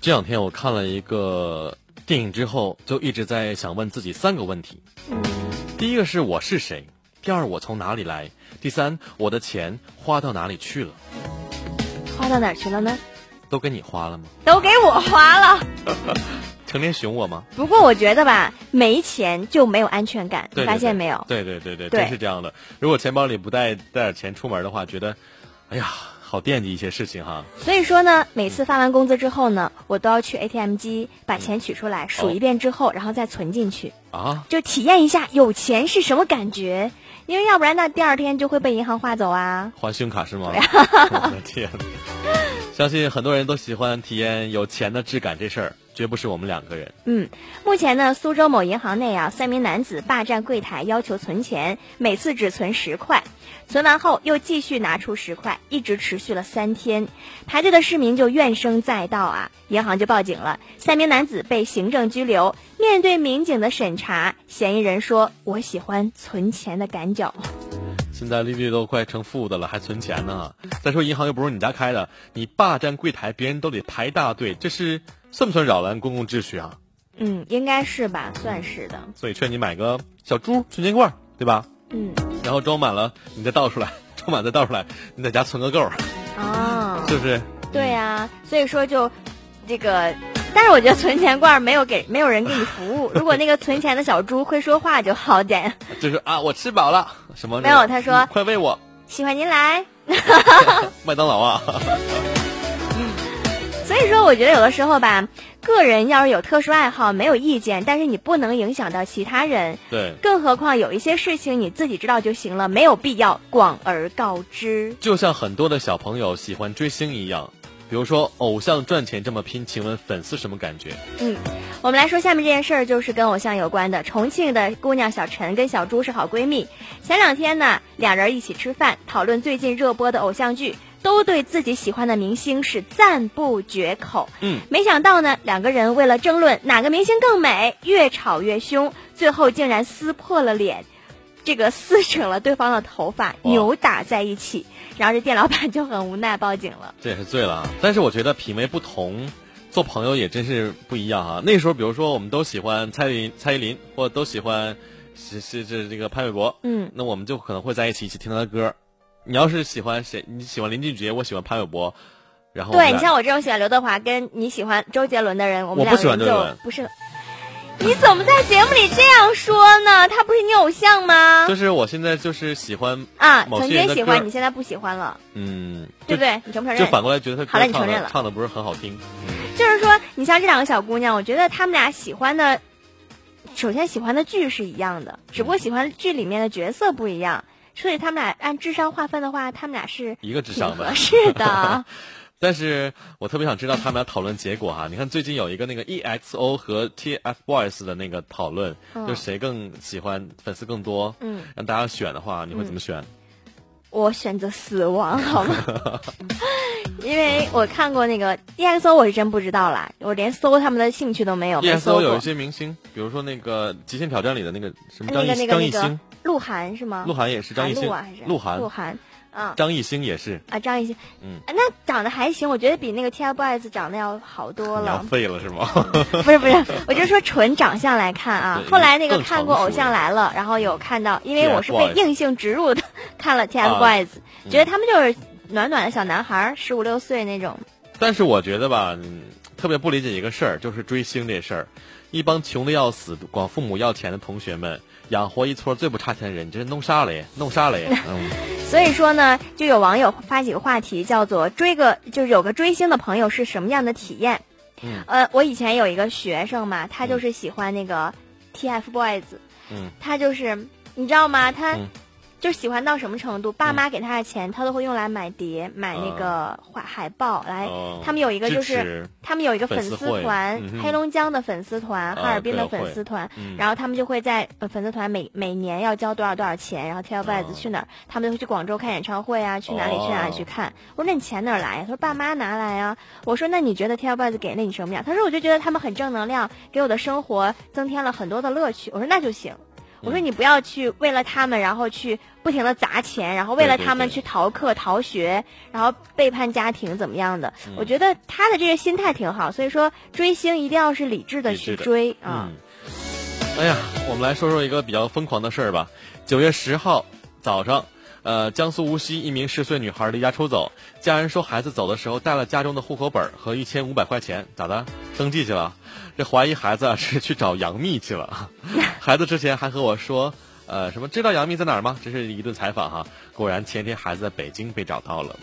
[SPEAKER 3] 这两天我看了一个电影之后，就一直在想问自己三个问题：第一个是我是谁；第二我从哪里来；第三我的钱花到哪里去了？
[SPEAKER 4] 花到哪儿去了呢？
[SPEAKER 3] 都给你花了吗？
[SPEAKER 4] 都给我花了。
[SPEAKER 3] 成天熊我吗？
[SPEAKER 4] 不过我觉得吧，没钱就没有安全感，
[SPEAKER 3] 对对
[SPEAKER 4] 你发现没有？
[SPEAKER 3] 对对对对，
[SPEAKER 4] 对
[SPEAKER 3] 真是这样的。如果钱包里不带带点钱出门的话，觉得，哎呀，好惦记一些事情哈。
[SPEAKER 4] 所以说呢，每次发完工资之后呢，我都要
[SPEAKER 3] 嗯
[SPEAKER 4] 去 ATM 机把钱取出来，数一遍之后，然后再存进去，
[SPEAKER 3] 啊，
[SPEAKER 4] 就体验一下有钱是什么感觉。因为要不然那第二天就会被银行划走啊。
[SPEAKER 3] 还信用卡是吗？ 我的天！相信很多人都喜欢体验有钱的质感这事儿，绝不是我们两个人。
[SPEAKER 4] 嗯，目前呢，苏州某银行内啊，三名男子霸占柜台要求存钱，每次只存十块。存完后又继续拿出十块，一直持续了三天。排队的市民就怨声载道啊，银行就报警了。三名男子被行政拘留。面对民警的审查，嫌疑人说：“我喜欢存钱的赶脚。”
[SPEAKER 3] 现在利率都快成负的了，还存钱呢？再说银行又不是你家开的，你霸占柜台，别人都得排大队，这是算不算扰乱公共秩序啊？
[SPEAKER 4] 嗯，应该是吧，算是的。
[SPEAKER 3] 所以劝你买个小猪存钱罐，对吧？
[SPEAKER 4] 嗯，
[SPEAKER 3] 然后装满了你再倒出来，装满再倒出来，你在家存个够，
[SPEAKER 4] 哦，
[SPEAKER 3] 是不是？
[SPEAKER 4] 对呀、所以说就这个，但是我觉得存钱罐没有给没有人给你服务。如果那个存钱的小猪会说话就好点。
[SPEAKER 3] 就是啊，我吃饱了，什么
[SPEAKER 4] 没有他说
[SPEAKER 3] 嗯快喂我
[SPEAKER 4] 喜欢您来，
[SPEAKER 3] 麦当劳啊，
[SPEAKER 4] 所以说我觉得有的时候吧，个人要是有特殊爱好没有意见，但是你不能影响到其他人。
[SPEAKER 3] 对。
[SPEAKER 4] 更何况有一些事情你自己知道就行了，没有必要广而告之。
[SPEAKER 3] 就像很多的小朋友喜欢追星一样，比如说偶像赚钱这么拼，请问粉丝什么感觉？
[SPEAKER 4] 嗯，我们来说下面这件事儿，就是跟偶像有关的。重庆的姑娘小陈跟小朱是好闺蜜，前两天呢，两人一起吃饭，讨论最近热播的偶像剧，都对自己喜欢的明星是赞不绝口。
[SPEAKER 3] 嗯，
[SPEAKER 4] 没想到呢，两个人为了争论哪个明星更美，越吵越凶，最后竟然撕破了脸。这个撕扯了对方的头发，
[SPEAKER 3] 哇
[SPEAKER 4] 扭打在一起，然后这店老板就很无奈报警了。
[SPEAKER 3] 这也是醉了啊！但是我觉得品味不同，做朋友也真是不一样啊。那时候，比如说我们都喜欢蔡依林，蔡依林或都喜欢是是这这个潘玮柏，
[SPEAKER 4] 嗯，
[SPEAKER 3] 那我们就可能会在一起一起听他的歌。你要是喜欢谁，你喜欢林俊杰，我喜欢潘玮柏，然后我们
[SPEAKER 4] 对你
[SPEAKER 3] 俩
[SPEAKER 4] 像我这种喜欢刘德华跟你喜欢周杰伦的人，我们
[SPEAKER 3] 我不
[SPEAKER 4] 两
[SPEAKER 3] 喜
[SPEAKER 4] 个
[SPEAKER 3] 欢
[SPEAKER 4] 人
[SPEAKER 3] 周杰伦
[SPEAKER 4] 就不是。你怎么在节目里这样说呢？他不是你偶像吗？
[SPEAKER 3] 就是我现在就是喜欢
[SPEAKER 4] 啊，
[SPEAKER 3] 某
[SPEAKER 4] 曾
[SPEAKER 3] 些人
[SPEAKER 4] 经
[SPEAKER 3] 的
[SPEAKER 4] 喜
[SPEAKER 3] 歌，
[SPEAKER 4] 欢，你现在不喜欢了，
[SPEAKER 3] 嗯，就
[SPEAKER 4] 对不对？你承不承
[SPEAKER 3] 就
[SPEAKER 4] 认？
[SPEAKER 3] 反过来觉得他
[SPEAKER 4] 好了
[SPEAKER 3] 歌
[SPEAKER 4] 你
[SPEAKER 3] 唱
[SPEAKER 4] 承认
[SPEAKER 3] 的
[SPEAKER 4] 了
[SPEAKER 3] 唱的不是很好听，
[SPEAKER 4] 就是说，你像这两个小姑娘，我觉得她们俩喜欢的，首先喜欢的剧是一样的，只不过喜欢剧里面的角色不一样，所以她们俩按智商划分的话，她们俩是
[SPEAKER 3] 一个智
[SPEAKER 4] 挺
[SPEAKER 3] 商的
[SPEAKER 4] 合。适的。
[SPEAKER 3] 但是我特别想知道他们俩讨论结果哈、你看最近有一个那个 EXO 和 TFBOYS 的那个讨论，
[SPEAKER 4] 嗯
[SPEAKER 3] 就是谁更喜欢粉丝更多，
[SPEAKER 4] 嗯，
[SPEAKER 3] 让大家选的话，你会怎么选？
[SPEAKER 4] 我选择 死亡，好吗？因为我看过那个 EXO，我是真不知道啦，我连搜他们的兴趣都没有，没搜
[SPEAKER 3] EXO E 有
[SPEAKER 4] 过
[SPEAKER 3] 一。些明星，比如说那个《极限挑战》里的那个什么
[SPEAKER 4] 那
[SPEAKER 3] 张
[SPEAKER 4] 个
[SPEAKER 3] 艺
[SPEAKER 4] 那个
[SPEAKER 3] 张
[SPEAKER 4] 那
[SPEAKER 3] 艺
[SPEAKER 4] 个
[SPEAKER 3] 兴，
[SPEAKER 4] 鹿晗是吗？
[SPEAKER 3] 鹿晗也是张艺兴
[SPEAKER 4] 啊还是，
[SPEAKER 3] 鹿晗
[SPEAKER 4] 鹿晗啊
[SPEAKER 3] 张艺兴也是，
[SPEAKER 4] 啊张艺兴，
[SPEAKER 3] 嗯
[SPEAKER 4] 啊，那长得还行，我觉得比那个 TFBOYS 长得要好 多
[SPEAKER 3] 你要
[SPEAKER 4] 了。
[SPEAKER 3] 废了是吗？
[SPEAKER 4] 不是不是，我就说纯长相来看啊。
[SPEAKER 3] 对
[SPEAKER 4] 后来那个
[SPEAKER 3] 更
[SPEAKER 4] 看过《
[SPEAKER 3] 成熟
[SPEAKER 4] 偶像来了》，然后有看到，因为我是被
[SPEAKER 3] TFBOYS
[SPEAKER 4] 硬性植入的，看了
[SPEAKER 3] 啊
[SPEAKER 4] TFBOYS，
[SPEAKER 3] 嗯
[SPEAKER 4] 觉得他们就是暖暖的小男孩，十五六岁那种。
[SPEAKER 3] 但是我觉得吧，嗯特别不理解一个事儿，就是追星这事儿。一帮穷的要死、管父母要钱的同学们，养活一撮最不差钱的人，真是弄啥嘞？弄啥 嘞？嗯，
[SPEAKER 4] 所以说呢，就有网友发起个话题，叫做“追个就是有个追星的朋友是什么样的体验”
[SPEAKER 3] 嗯
[SPEAKER 4] 呃，我以前有一个学生嘛，他就是喜欢那个 TFBOYS，
[SPEAKER 3] 嗯，
[SPEAKER 4] 他就是你知道吗？他
[SPEAKER 3] 嗯
[SPEAKER 4] 就喜欢到什么程度？爸妈给他的钱，他都会用来买碟、买那个海海报来。
[SPEAKER 3] 啊哦
[SPEAKER 4] 哎他们有一个就
[SPEAKER 3] 支
[SPEAKER 4] 是
[SPEAKER 3] 持，
[SPEAKER 4] 他们有一个粉丝
[SPEAKER 3] 粉丝会
[SPEAKER 4] 团
[SPEAKER 3] 嗯，哼
[SPEAKER 4] 黑龙江的粉丝团，
[SPEAKER 3] 啊
[SPEAKER 4] 哈尔滨
[SPEAKER 3] 对
[SPEAKER 4] 的
[SPEAKER 3] 会
[SPEAKER 4] 粉丝团，
[SPEAKER 3] 嗯
[SPEAKER 4] 然后他们就会在呃粉丝团每每年要交多少多少钱，然后 TFBOYS
[SPEAKER 3] 嗯
[SPEAKER 4] 去哪儿，他们就会去广州看演唱会啊，去哪里
[SPEAKER 3] 哦
[SPEAKER 4] 去哪里去看。我说那你钱哪儿来呀？他说爸妈拿来啊。我说那你觉得 TFBOYS 给了你什么呀？他说我就觉得他们很正能量，给我的生活增添了很多的乐趣。我说那就行。
[SPEAKER 3] 嗯
[SPEAKER 4] 我说你不要去为了他们，然后去不停的砸钱，然后为了他们
[SPEAKER 3] 对对对
[SPEAKER 4] 去逃课、逃学，然后背叛家庭怎么样的？
[SPEAKER 3] 嗯
[SPEAKER 4] 我觉得他的这个心态挺好，所以说追星一定要是理智的
[SPEAKER 3] 理智
[SPEAKER 4] 去
[SPEAKER 3] 的
[SPEAKER 4] 追啊。
[SPEAKER 3] 嗯，哎呀，我们来说说一个比较疯狂的事儿吧。九月十号早上，呃，江苏无锡一名十岁女孩离家出走，家人说孩子走的时候带了家中的户口本儿和一千五百块钱，咋的？登记去了？这怀疑孩子啊是去找杨幂去了。 孩子之前还和我说。呃，什么知道杨幂在哪儿吗？这是一顿采访哈、果然前天孩子在北京被找到了，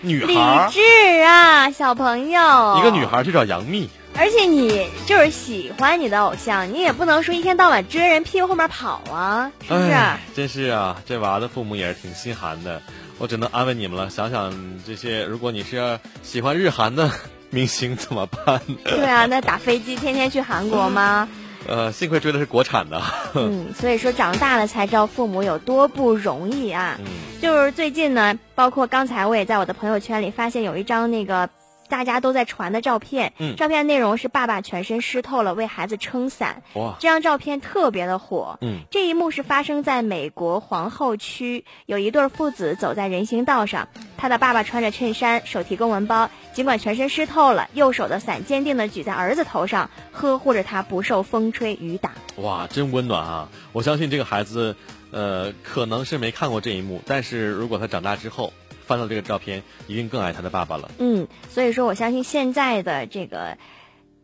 [SPEAKER 3] 女
[SPEAKER 4] 理
[SPEAKER 3] 孩儿，
[SPEAKER 4] 智啊，小朋友。
[SPEAKER 3] 一个女，孩儿去找杨幂，
[SPEAKER 4] 而且你就是喜欢你的偶像，你也不能说一天到晚追人屁股后面跑啊，是不是？
[SPEAKER 3] 哎，真是啊，这娃的父母也是挺心寒的，我只能安慰你们了。想想这些，如果你是喜 欢日韩的明星怎么办？
[SPEAKER 4] 对啊，那打飞机天天去韩国吗？
[SPEAKER 3] 呃，幸亏追的是国产的，
[SPEAKER 4] 嗯，所以说长大了才知道父母有多不容易啊。
[SPEAKER 3] 嗯
[SPEAKER 4] 就是最近呢，包括刚才我也在我的朋友圈里发现有一张那个大家都在传的照片，
[SPEAKER 3] 嗯
[SPEAKER 4] 照片内容是爸爸全身湿透了为孩子撑伞，
[SPEAKER 3] 哇，
[SPEAKER 4] 这张照片特别的火。
[SPEAKER 3] 嗯
[SPEAKER 4] 这一幕是发生在美国皇后区，有一对父子走在人行道上，他的爸爸穿着衬衫，手提公文包，尽管全身湿透了，右手的伞坚定地举在儿子头上，呵护着他不受风吹雨打。
[SPEAKER 3] 哇，真温暖啊！我相信这个孩子，呃，可能是没看过这一幕，但是如果他长大之后翻到这个照片，一定更爱他的爸爸了。
[SPEAKER 4] 嗯，所以说我相信现在的这个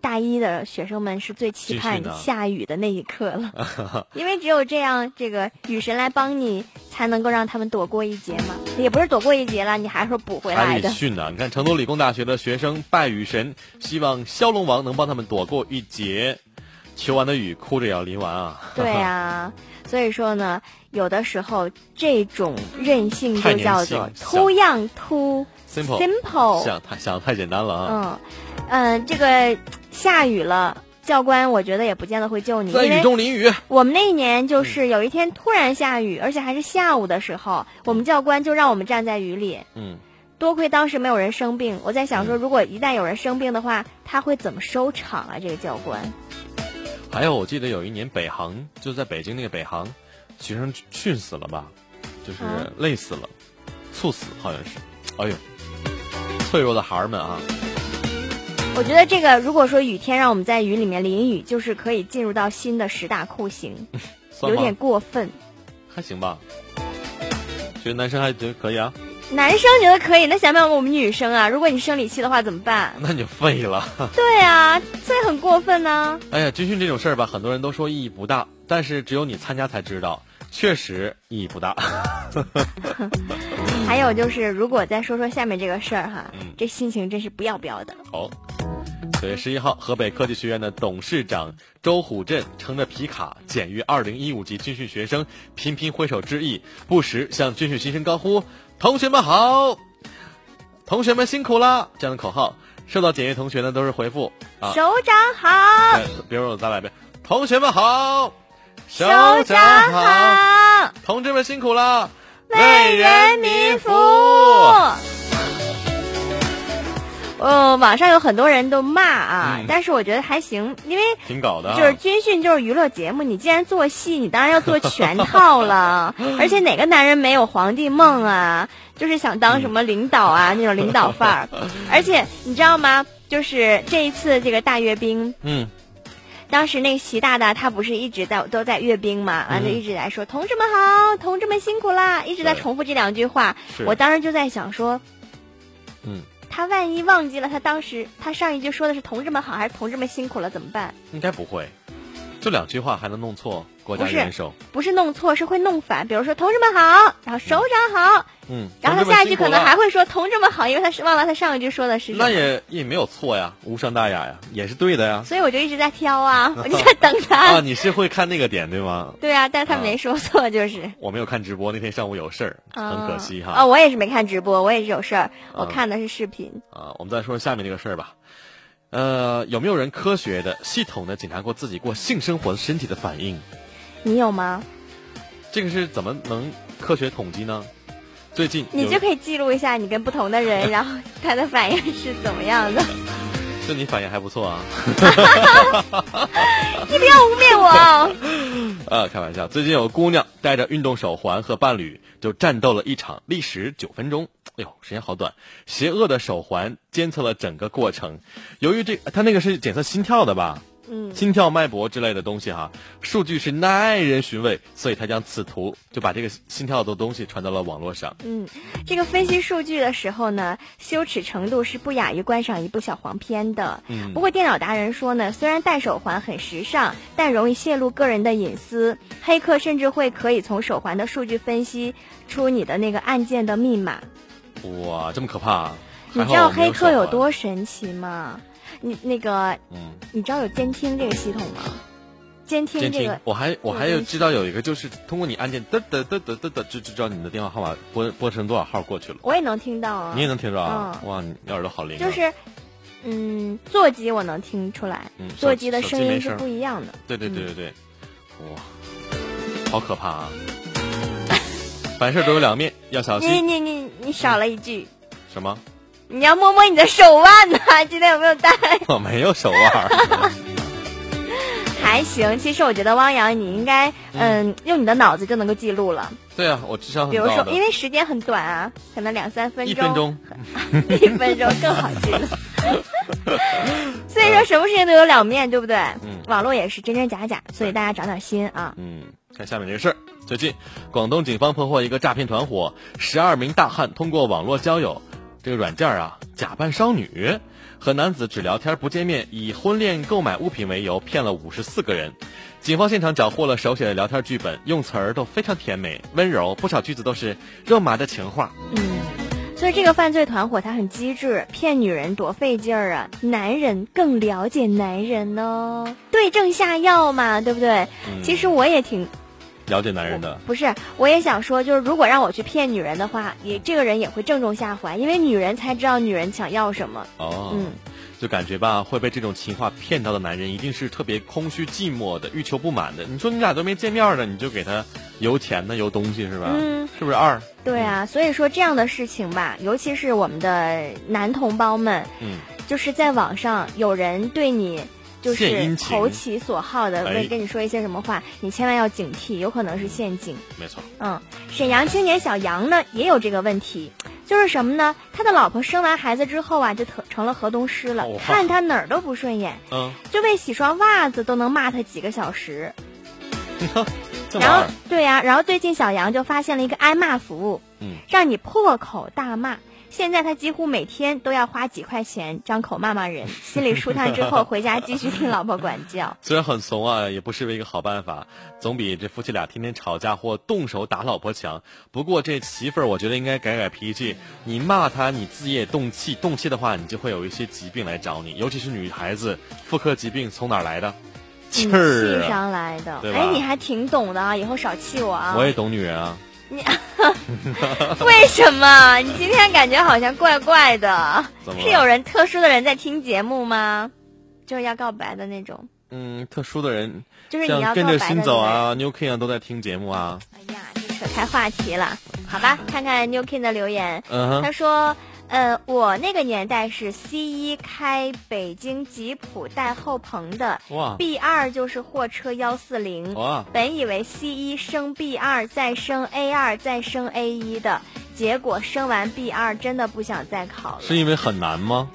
[SPEAKER 4] 大一的学生们是最期
[SPEAKER 3] 继续
[SPEAKER 4] 盼
[SPEAKER 3] 呢
[SPEAKER 4] 下雨的那一刻了， 因为只有这样，这个雨神来帮你，才能够让他们躲过一劫嘛。也不是躲过一劫了，你还会补回
[SPEAKER 3] 还
[SPEAKER 4] 来
[SPEAKER 3] 是得
[SPEAKER 4] 的。
[SPEAKER 3] 训啊呢！你看，成都理工大学的学生拜雨神，希望骁龙王能帮他们躲过一劫。求完的雨，哭着也要淋完啊！
[SPEAKER 4] 对啊，所以说呢，有的时候这种任性
[SPEAKER 3] 太
[SPEAKER 4] 就
[SPEAKER 3] 年
[SPEAKER 4] 叫
[SPEAKER 3] 轻想
[SPEAKER 4] 做 too young too
[SPEAKER 3] Simple
[SPEAKER 4] simple
[SPEAKER 3] 想太想得太简单了啊！
[SPEAKER 4] 嗯，嗯，这个下雨了，教官我觉得也不见得会救你，
[SPEAKER 3] 在
[SPEAKER 4] 嗯因为
[SPEAKER 3] 雨中淋雨，
[SPEAKER 4] 我们那一年就是有一天突然下雨，而且还是下午的时候，我们教官就让我们站在雨里。
[SPEAKER 3] 嗯，
[SPEAKER 4] 多亏当时没有人生病，我在想说，如果一旦有人生病的话，他会怎么收场啊？这个教官，
[SPEAKER 3] 还有，我记得有一年北航，就在北京那个北航，学生训死了吧，就是
[SPEAKER 4] 啊
[SPEAKER 3] 累死了，猝死好像是。哎呦，脆弱的孩儿们啊，
[SPEAKER 4] 我觉得这个如果说雨天让我们在雨里面淋雨，就是可以进入到新的十大酷刑，
[SPEAKER 3] 算
[SPEAKER 4] 有
[SPEAKER 3] 吗
[SPEAKER 4] 点过分。
[SPEAKER 3] 还行吧，觉得男生还觉得可以啊，
[SPEAKER 4] 男生觉得可以，那想想我们女生啊，如果你生理期的话怎么办？
[SPEAKER 3] 那你就废了。
[SPEAKER 4] 对啊，这很过分呢、
[SPEAKER 3] 哎呀，军训这种事儿吧，很多人都说意义不大，但是只有你参加才知道，确实意义不大。
[SPEAKER 4] 还有就是，如果再说说下面这个事儿哈
[SPEAKER 3] 嗯，
[SPEAKER 4] 这心情真是不要不要的。
[SPEAKER 3] 好，九月十一号，河北科技学院的董事长周虎镇乘着皮卡检阅二零一五级军训学生，频频挥手致意，不时向军训新生高呼“同学们好，同学们辛苦啦”这样的口号。受到检阅同学呢，都是回复啊，
[SPEAKER 4] 首长好，
[SPEAKER 3] 呃比如说我再来一遍，同学们好，首
[SPEAKER 4] 首长
[SPEAKER 3] 好，
[SPEAKER 4] 好，
[SPEAKER 3] 同志们辛苦啦，
[SPEAKER 4] 为人民服务。呃，网上有很多人都骂啊，
[SPEAKER 3] 嗯
[SPEAKER 4] 但是我觉得还行，因为
[SPEAKER 3] 挺搞的、啊，
[SPEAKER 4] 就是军训就是娱乐节目，你既然做戏，你当然要做全套 了。而且哪个男人没有皇帝梦啊？就是想当什么领导啊、那种领导范 儿。而且你知道吗？就是这一次这个大阅兵，
[SPEAKER 3] 嗯，
[SPEAKER 4] 当时那个习大大他不是一直在都在阅兵嘛，完了
[SPEAKER 3] 嗯
[SPEAKER 4] 一直在说、同志们好，同志们辛苦啦，一直在
[SPEAKER 3] 对
[SPEAKER 4] 重复这两句话
[SPEAKER 3] 是。
[SPEAKER 4] 我当时就在想说，
[SPEAKER 3] 嗯，
[SPEAKER 4] 他万一忘记了他当时他上一句说的是同志们好还是同志们辛苦了怎么办？
[SPEAKER 3] 应该不会，就两句话还能弄错国家
[SPEAKER 4] 不是
[SPEAKER 3] 元首，
[SPEAKER 4] 不是弄错，是会弄反。比如说同志们好，然后首长好，
[SPEAKER 3] 嗯，
[SPEAKER 4] 然后
[SPEAKER 3] 同志
[SPEAKER 4] 他
[SPEAKER 3] 们
[SPEAKER 4] 下一句
[SPEAKER 3] 辛苦
[SPEAKER 4] 可能
[SPEAKER 3] 了
[SPEAKER 4] 还会说同志们好，因为他是忘了他上一句说的是什么
[SPEAKER 3] 那。也也没有错呀，无伤大雅呀，也是对的呀。
[SPEAKER 4] 所以我就一直在挑 啊，我就在等他。
[SPEAKER 3] 啊，你是会看那个点对吗？
[SPEAKER 4] 对啊，但是他
[SPEAKER 3] 啊
[SPEAKER 4] 没说错，就是。
[SPEAKER 3] 我没有看直播，那天上午有事儿，很可惜哈。
[SPEAKER 4] 啊、我也是没看直播，我也是有事儿，我
[SPEAKER 3] 嗯
[SPEAKER 4] 看的是视频。
[SPEAKER 3] 啊，我们再说下面这个事儿吧。呃，有没有人科学的、系统的检查过自己过性生活身体的反应？
[SPEAKER 4] 你有吗？
[SPEAKER 3] 这个是怎么能科学统计呢？最近
[SPEAKER 4] 你
[SPEAKER 3] 有
[SPEAKER 4] 就可以记录一下你跟不同的 人，然后他的反应是怎么样的。
[SPEAKER 3] 这你反应还不错啊。
[SPEAKER 4] 你不要污蔑我哦！
[SPEAKER 3] 呃，开玩笑，最近有个姑娘带着运动手环和伴侣就战斗了一场，历时九分钟。哎呦，时间好短！邪恶的手环监测了整个过程，由于这它那个是检测心跳的吧，
[SPEAKER 4] 嗯，
[SPEAKER 3] 心跳、脉搏之类的东西哈，数据是耐人寻味，所以他将此图就把这个心跳的东西传到了网络上。
[SPEAKER 4] 这个分析数据的时候呢，羞耻程度是不亚于观赏一部小黄片的。
[SPEAKER 3] 嗯
[SPEAKER 4] 不过电脑达人说呢，虽然戴手环很时尚，但容易泄露个人的隐私。黑客甚至会可以从手环的数据分析出你的那个按键的密码。
[SPEAKER 3] 哇，这么可怕、啊！
[SPEAKER 4] 你
[SPEAKER 3] 还
[SPEAKER 4] 知
[SPEAKER 3] 好
[SPEAKER 4] 道
[SPEAKER 3] 我没
[SPEAKER 4] 黑客
[SPEAKER 3] 手
[SPEAKER 4] 有
[SPEAKER 3] 环
[SPEAKER 4] 多神奇吗？你那个，
[SPEAKER 3] 嗯
[SPEAKER 4] 你知道有监听这个系统吗？监听
[SPEAKER 3] 监
[SPEAKER 4] 这
[SPEAKER 3] 听
[SPEAKER 4] 个，，
[SPEAKER 3] 我还我还有
[SPEAKER 4] 嗯
[SPEAKER 3] 知道有一个就是通过你按键嘚嘚嘚嘚嘚嘚，就就知道你的电话号码拨拨成多少号过去了。
[SPEAKER 4] 我也能听到啊
[SPEAKER 3] 你。也能听着啊？
[SPEAKER 4] 嗯
[SPEAKER 3] 哇，你耳朵好灵、啊！
[SPEAKER 4] 就是嗯，座机我能听出来，
[SPEAKER 3] 嗯手
[SPEAKER 4] 座机的
[SPEAKER 3] 手机
[SPEAKER 4] 声
[SPEAKER 3] 没声
[SPEAKER 4] 音是
[SPEAKER 3] 儿
[SPEAKER 4] 不一样的。
[SPEAKER 3] 对对对对对，哇，好可怕啊！ 凡事都有两面，要小
[SPEAKER 4] 你
[SPEAKER 3] 心。
[SPEAKER 4] 你你你
[SPEAKER 3] 嗯
[SPEAKER 4] 少了一句，
[SPEAKER 3] 什么？
[SPEAKER 4] 你要摸摸你的手腕呢、 今天有没有带？
[SPEAKER 3] 我没有手腕儿。
[SPEAKER 4] 还行，其实我觉得汪洋，你应该嗯用你的脑子就能够记录了。
[SPEAKER 3] 对啊，我智商
[SPEAKER 4] 比
[SPEAKER 3] 很
[SPEAKER 4] 如
[SPEAKER 3] 高
[SPEAKER 4] 说，
[SPEAKER 3] 的
[SPEAKER 4] 因。为时间很短啊，可能两三分钟，
[SPEAKER 3] 一分钟，
[SPEAKER 4] 一分钟更好记录。 所以说，什么事情都有两面，对不对？
[SPEAKER 3] 嗯
[SPEAKER 4] 网络也是真真假假，所以大家长点心啊。
[SPEAKER 3] 嗯，看下面这个事儿。最近，广东警方破获一个诈骗团伙，十二名大汉通过网络交友这个软件啊，假扮少女，和男子只聊天不见面，以婚恋购买物品为由骗了五十四个人。警方现场缴获了手写的聊天剧本，用词儿都非常甜美温柔，不少句子都是肉麻的情话。
[SPEAKER 4] 嗯，所以这个犯罪团伙他很机智，骗女人多费劲儿啊！男人更了解男人呢、对症下药嘛，对不对？
[SPEAKER 3] 嗯
[SPEAKER 4] 其实我也挺
[SPEAKER 3] 了解男人的，
[SPEAKER 4] 不是，我也想说，就是如果让我去骗女人的话，也这个人也会正中下怀，因为女人才知道女人想要什么。
[SPEAKER 3] 哦，
[SPEAKER 4] 嗯
[SPEAKER 3] 就感觉吧，会被这种情话骗到的男人，一定是特别空虚、寂寞的、欲求不满的。你说你俩都没见面呢，你就给他邮钱呢，邮东西是吧？
[SPEAKER 4] 嗯，
[SPEAKER 3] 是不是二？
[SPEAKER 4] 对
[SPEAKER 3] 嗯
[SPEAKER 4] 啊，所以说这样的事情吧，尤其是我们的男同胞们，
[SPEAKER 3] 嗯，
[SPEAKER 4] 就是在网上有人对你。就
[SPEAKER 3] 献
[SPEAKER 4] 是
[SPEAKER 3] 殷勤
[SPEAKER 4] 投其所好的，
[SPEAKER 3] 哎
[SPEAKER 4] 会跟你说一些什么话，你千万要警惕，有可能是陷阱。
[SPEAKER 3] 没错。
[SPEAKER 4] 嗯，沈阳青年小杨呢也有这个问题，就是什么呢？他的老婆生完孩子之后啊，就成成了河东狮了，
[SPEAKER 3] 哦
[SPEAKER 4] 看他哪儿都不顺眼，
[SPEAKER 3] 嗯，
[SPEAKER 4] 就为洗双袜子都能骂他几个小时。
[SPEAKER 3] 这么
[SPEAKER 4] 然后
[SPEAKER 3] 二，
[SPEAKER 4] 对呀、然后最近小杨就发现了一个挨骂服务，
[SPEAKER 3] 嗯，
[SPEAKER 4] 让你破口大骂。现在他几乎每天都要花几块钱张口骂骂人，心里舒坦之后回家继续听老婆管 教。
[SPEAKER 3] 虽然很怂啊，也不失为一个好办法，总比这夫妻俩天天吵架或动手打老婆强。不过这媳妇儿，我觉得应该改改脾气。你骂她，你自己也动气，动气的话，你就会有一些疾病来找你，尤其是女孩子，妇科疾病从哪儿
[SPEAKER 4] 嗯
[SPEAKER 3] 来的？气儿
[SPEAKER 4] 气
[SPEAKER 3] 啊！
[SPEAKER 4] 上来的，
[SPEAKER 3] 对吧
[SPEAKER 4] 哎，你还挺懂的啊，以后少气我啊。
[SPEAKER 3] 我也懂女人啊。
[SPEAKER 4] 为什么你今天感觉好像怪怪的
[SPEAKER 3] 怎？么了
[SPEAKER 4] 是有人特殊的人在听节目吗？就是要告白的那种，
[SPEAKER 3] 嗯，特殊的人，
[SPEAKER 4] 就是你要
[SPEAKER 3] 像
[SPEAKER 4] 告
[SPEAKER 3] 跟
[SPEAKER 4] 白的
[SPEAKER 3] 着
[SPEAKER 4] 那
[SPEAKER 3] 心
[SPEAKER 4] 种
[SPEAKER 3] 走
[SPEAKER 4] 人。
[SPEAKER 3] 啊、New King 啊都在听节目啊。
[SPEAKER 4] 哎呀，这扯开话题了，好吧，看看 New King 的留言，
[SPEAKER 3] 嗯
[SPEAKER 4] 他
[SPEAKER 3] 哼，
[SPEAKER 4] 说。呃，我那个年代是 C 一开北京吉普带后棚的
[SPEAKER 3] 哇
[SPEAKER 4] ，B 二就是货车幺四零，
[SPEAKER 3] 哇，
[SPEAKER 4] 本以为 C 一升 B 二再升 A 二再升 A 一的，结果升完 B 二真的不想再考了。
[SPEAKER 3] 是因为很难吗？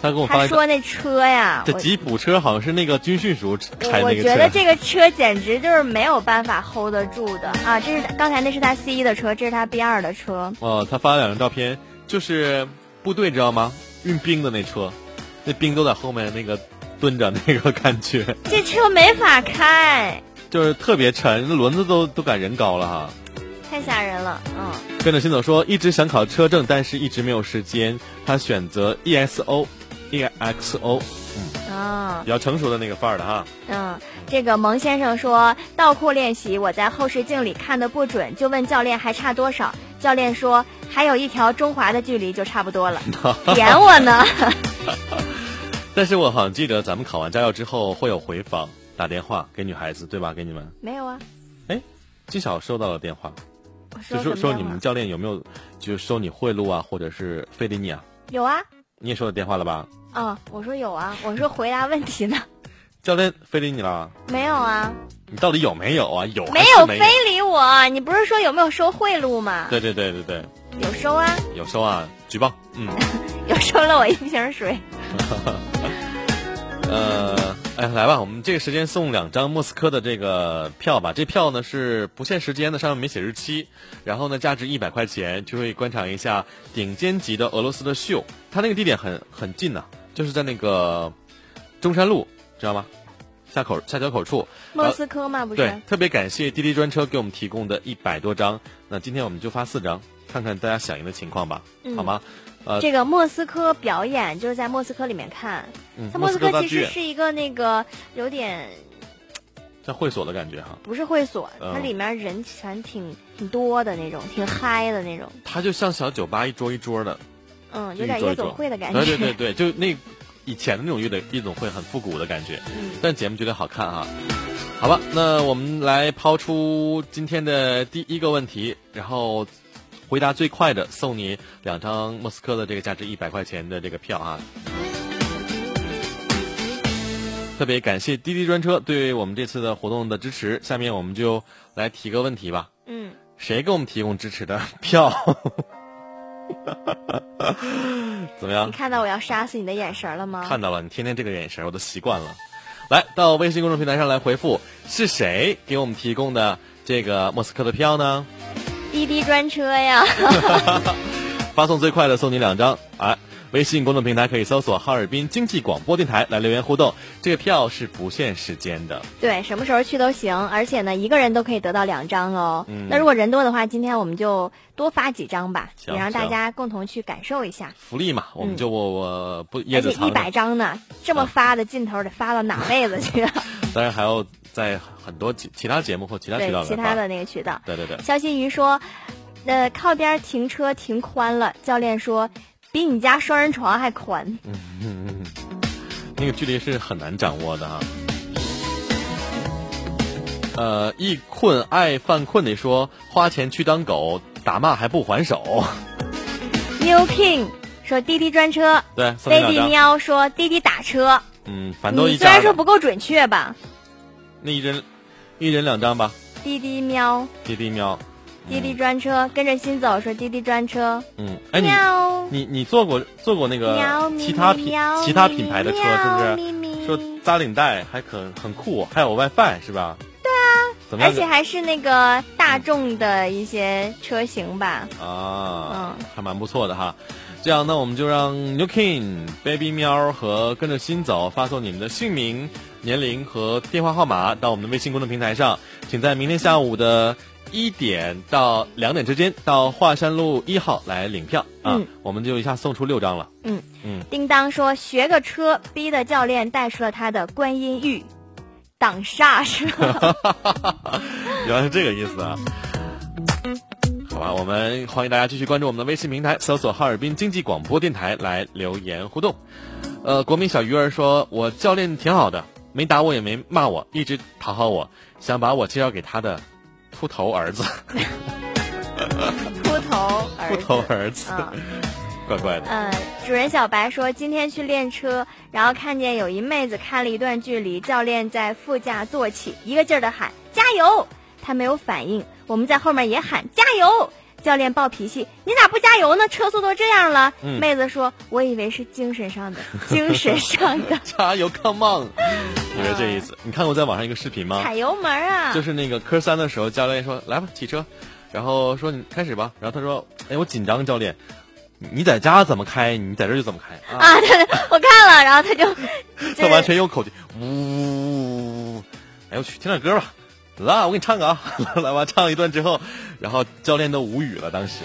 [SPEAKER 3] 他给我发
[SPEAKER 4] 他
[SPEAKER 3] 一个，
[SPEAKER 4] 说那车呀，
[SPEAKER 3] 这
[SPEAKER 4] 我
[SPEAKER 3] 吉普车好像是那个军训时候开
[SPEAKER 4] 我
[SPEAKER 3] 那个
[SPEAKER 4] 觉
[SPEAKER 3] 车。
[SPEAKER 4] 得这个车简直就是没有办法 hold 得住的啊！这是刚才那是他 C 一的车，这是他 B 二的车。
[SPEAKER 3] 哦，他发了两张照片，就是部队知道吗？运兵的那车，那兵都在后面那个蹲着那个感觉，
[SPEAKER 4] 这车没法开，
[SPEAKER 3] 就是特别沉，轮子都都赶人高了哈。
[SPEAKER 4] 太吓人了。嗯，
[SPEAKER 3] 跟着新总说，一直想考车证，但是一直没有时间。他选择 E ESO，EXO，
[SPEAKER 4] 啊、
[SPEAKER 3] 比较成熟的那个范儿的哈。
[SPEAKER 4] 嗯，这个蒙先生说倒扣练习，我在后视镜里看的不准，就问教练还差多少。教练说还有一条中华的距离就差不 多了，点我呢。
[SPEAKER 3] 但是我好像记得咱们考完驾照之后会有回访，打电话给女孩子对吧？给你们，
[SPEAKER 4] 没有啊，
[SPEAKER 3] 哎，至少收到了电话，
[SPEAKER 4] 我说
[SPEAKER 3] 就
[SPEAKER 4] 什么
[SPEAKER 3] 说说你
[SPEAKER 4] 电
[SPEAKER 3] 们
[SPEAKER 4] 话
[SPEAKER 3] 教练有没有就是收你贿赂啊，或者是非礼你啊？
[SPEAKER 4] 有啊。
[SPEAKER 3] 你也收到电话了吧？
[SPEAKER 4] 啊、我说有啊，我说回答问题呢，
[SPEAKER 3] 教练非礼你了，
[SPEAKER 4] 没有啊，
[SPEAKER 3] 你到底有没有啊？有还
[SPEAKER 4] 没
[SPEAKER 3] 是
[SPEAKER 4] 有
[SPEAKER 3] 没
[SPEAKER 4] 非
[SPEAKER 3] 有？
[SPEAKER 4] 礼我，你不是说有没有收贿赂吗？
[SPEAKER 3] 对对对对对，
[SPEAKER 4] 有收啊，
[SPEAKER 3] 有收啊，举报。嗯，
[SPEAKER 4] 有收了我一瓶水。
[SPEAKER 3] 呃，哎，来吧，我们这个时间送两张莫斯科的这个票吧。这票呢是不限时间的，上面没写日期。然后呢，价值一百块钱，就可以观赏一下顶尖级的俄罗斯的秀。它那个地点很很近呐、就是在那个中山路，知道吗？下口下交口处。
[SPEAKER 4] 莫斯科嘛，不是？
[SPEAKER 3] 对，特别感谢滴滴专车给我们提供的一百多张。那今天我们就发四张，看看大家响应的情况吧，
[SPEAKER 4] 嗯
[SPEAKER 3] 好吗？
[SPEAKER 4] 这个莫斯科表演就是在莫斯科里面看，
[SPEAKER 3] 嗯，
[SPEAKER 4] 它
[SPEAKER 3] 莫
[SPEAKER 4] 莫
[SPEAKER 3] 斯
[SPEAKER 4] 斯
[SPEAKER 3] 科
[SPEAKER 4] 科
[SPEAKER 3] 大
[SPEAKER 4] 其
[SPEAKER 3] 剧
[SPEAKER 4] 实
[SPEAKER 3] 院
[SPEAKER 4] 是一个那个有点
[SPEAKER 3] 像会所的感觉哈。
[SPEAKER 4] 不是会所，
[SPEAKER 3] 嗯
[SPEAKER 4] 它里面人全挺挺多的那种，挺嗨的那种，
[SPEAKER 3] 它就像小酒吧，一桌一桌的，
[SPEAKER 4] 嗯，
[SPEAKER 3] 就
[SPEAKER 4] 有
[SPEAKER 3] 一
[SPEAKER 4] 点
[SPEAKER 3] 桌
[SPEAKER 4] 夜
[SPEAKER 3] 一桌哎
[SPEAKER 4] 总会的感觉。
[SPEAKER 3] 对对对对，就那以前的那种夜的夜总会很复古的感觉，
[SPEAKER 4] 嗯
[SPEAKER 3] 但节目觉得好看啊。好吧，那我们来抛出今天的第一个问题，然后回答最快的送你两张莫斯科的这个价值一百块钱的这个票啊。特别感谢滴滴专车对我们这次的活动的支持。下面我们就来提个问题吧，
[SPEAKER 4] 嗯，
[SPEAKER 3] 谁给我们提供支持的 票？怎么样
[SPEAKER 4] 你？看到我要杀死你的眼神了吗？
[SPEAKER 3] 看到了，你天天这个眼神我都习惯了。来到微信公众平台上来回复是谁给我们提供的这个莫斯科的票呢？
[SPEAKER 4] 滴滴专车 呀，
[SPEAKER 3] 发送最快的送你两张。哎、微信公众平台可以搜索哈尔滨经济广播电台来留言互动，这个票是不限时间的。
[SPEAKER 4] 对，什么时候去都行，而且呢，一个人都可以得到两张哦。
[SPEAKER 3] 嗯
[SPEAKER 4] 那如果人多的话，今天我们就多发几张吧，
[SPEAKER 3] 行
[SPEAKER 4] 也让大
[SPEAKER 3] 行
[SPEAKER 4] 家共同去感受一下。
[SPEAKER 3] 福利嘛，我们就我我不掖
[SPEAKER 4] 嗯而
[SPEAKER 3] 着啊
[SPEAKER 4] 且
[SPEAKER 3] 藏
[SPEAKER 4] 一百
[SPEAKER 3] 着，
[SPEAKER 4] 张呢，这么发的劲头得发到哪辈子 去啊？
[SPEAKER 3] 当然还要在很多其其他节目或其他渠道
[SPEAKER 4] 对，
[SPEAKER 3] 来
[SPEAKER 4] 其他
[SPEAKER 3] 发
[SPEAKER 4] 的那个渠道。
[SPEAKER 3] 对对对，
[SPEAKER 4] 肖新宇说，呃，靠边停车停宽了，教练说比你家双人床还宽。
[SPEAKER 3] 嗯那个距离是很难掌握的哈。呃，易困爱犯困得说，花钱去当狗，打骂还不还手。
[SPEAKER 4] New King 说滴滴专车
[SPEAKER 3] 对，送你两
[SPEAKER 4] ，Lady
[SPEAKER 3] 张。
[SPEAKER 4] 喵说滴滴打车。
[SPEAKER 3] 嗯，反正都
[SPEAKER 4] 你
[SPEAKER 3] 一
[SPEAKER 4] 虽然
[SPEAKER 3] 家
[SPEAKER 4] 说
[SPEAKER 3] 的，
[SPEAKER 4] 不够准确吧，
[SPEAKER 3] 那一人一人两张吧。
[SPEAKER 4] 滴滴喵、
[SPEAKER 3] 滴滴喵，
[SPEAKER 4] 滴滴专车跟着心走说滴滴专车。
[SPEAKER 3] 嗯，哎你
[SPEAKER 4] 喵
[SPEAKER 3] 你你坐过坐过那
[SPEAKER 4] 喵
[SPEAKER 3] 个
[SPEAKER 4] 咪
[SPEAKER 3] 其他
[SPEAKER 4] 咪
[SPEAKER 3] 品
[SPEAKER 4] 喵
[SPEAKER 3] 其他品牌的车是不是？
[SPEAKER 4] 喵咪咪
[SPEAKER 3] 说扎领带还很很酷，还有 WiFi 是吧？对啊，怎么
[SPEAKER 4] 而
[SPEAKER 3] 样？
[SPEAKER 4] 且还是那个大众的一些车型吧。
[SPEAKER 3] 啊，还蛮不错的哈。这样，那我们就让 New King、Baby 喵和跟着心走发送你们的姓名、年龄和电话号码到我们的微信公众平台上，请在明天下午的一点到两点之间到华山路一号来领票啊。
[SPEAKER 4] 嗯
[SPEAKER 3] 我们就一下送出六张了。
[SPEAKER 4] 嗯
[SPEAKER 3] 嗯，
[SPEAKER 4] 叮当说学个车，逼的教练带出了他的观音玉，挡煞是吧？
[SPEAKER 3] 原来是这个意思啊。好吧，我们欢迎大家继续关注我们的微信平台，搜索哈尔滨经济广播电台来留言互动。呃，国民小鱼儿说，我教练挺好的，没打我也没骂我，一直讨好我，想把我介绍给他的秃头儿子，
[SPEAKER 4] 秃头儿
[SPEAKER 3] 秃
[SPEAKER 4] 子。
[SPEAKER 3] 头儿子，
[SPEAKER 4] 嗯
[SPEAKER 3] 怪怪的。
[SPEAKER 4] 呃，主人小白说，今天去练车，然后看见有一妹子开了一段距离，教练在副驾坐起，一个劲儿的喊加油，她没有反应，我们在后面也喊加油，教练暴脾气，你咋不加油呢？车速都这样了。
[SPEAKER 3] 嗯
[SPEAKER 4] 妹子说，我以为是精神上的，精神上的
[SPEAKER 3] 加油，Come on！以为这意思？你看过在网上一个视频吗？
[SPEAKER 4] 踩油门啊，
[SPEAKER 3] 就是那个科三的时候，教练说来吧，起车，然后说你开始吧，然后他说，哎，我紧张，教练，你在家怎么开，你在这儿就怎么开啊，
[SPEAKER 4] 啊，对，我看了，然后 他就
[SPEAKER 3] 他
[SPEAKER 4] 就
[SPEAKER 3] 完
[SPEAKER 4] 是
[SPEAKER 3] 全用口气，呜呜呜，哎呦我去，听点歌吧。来，我给你唱个啊！来吧，唱一段之后，然后教练都无语了，当时。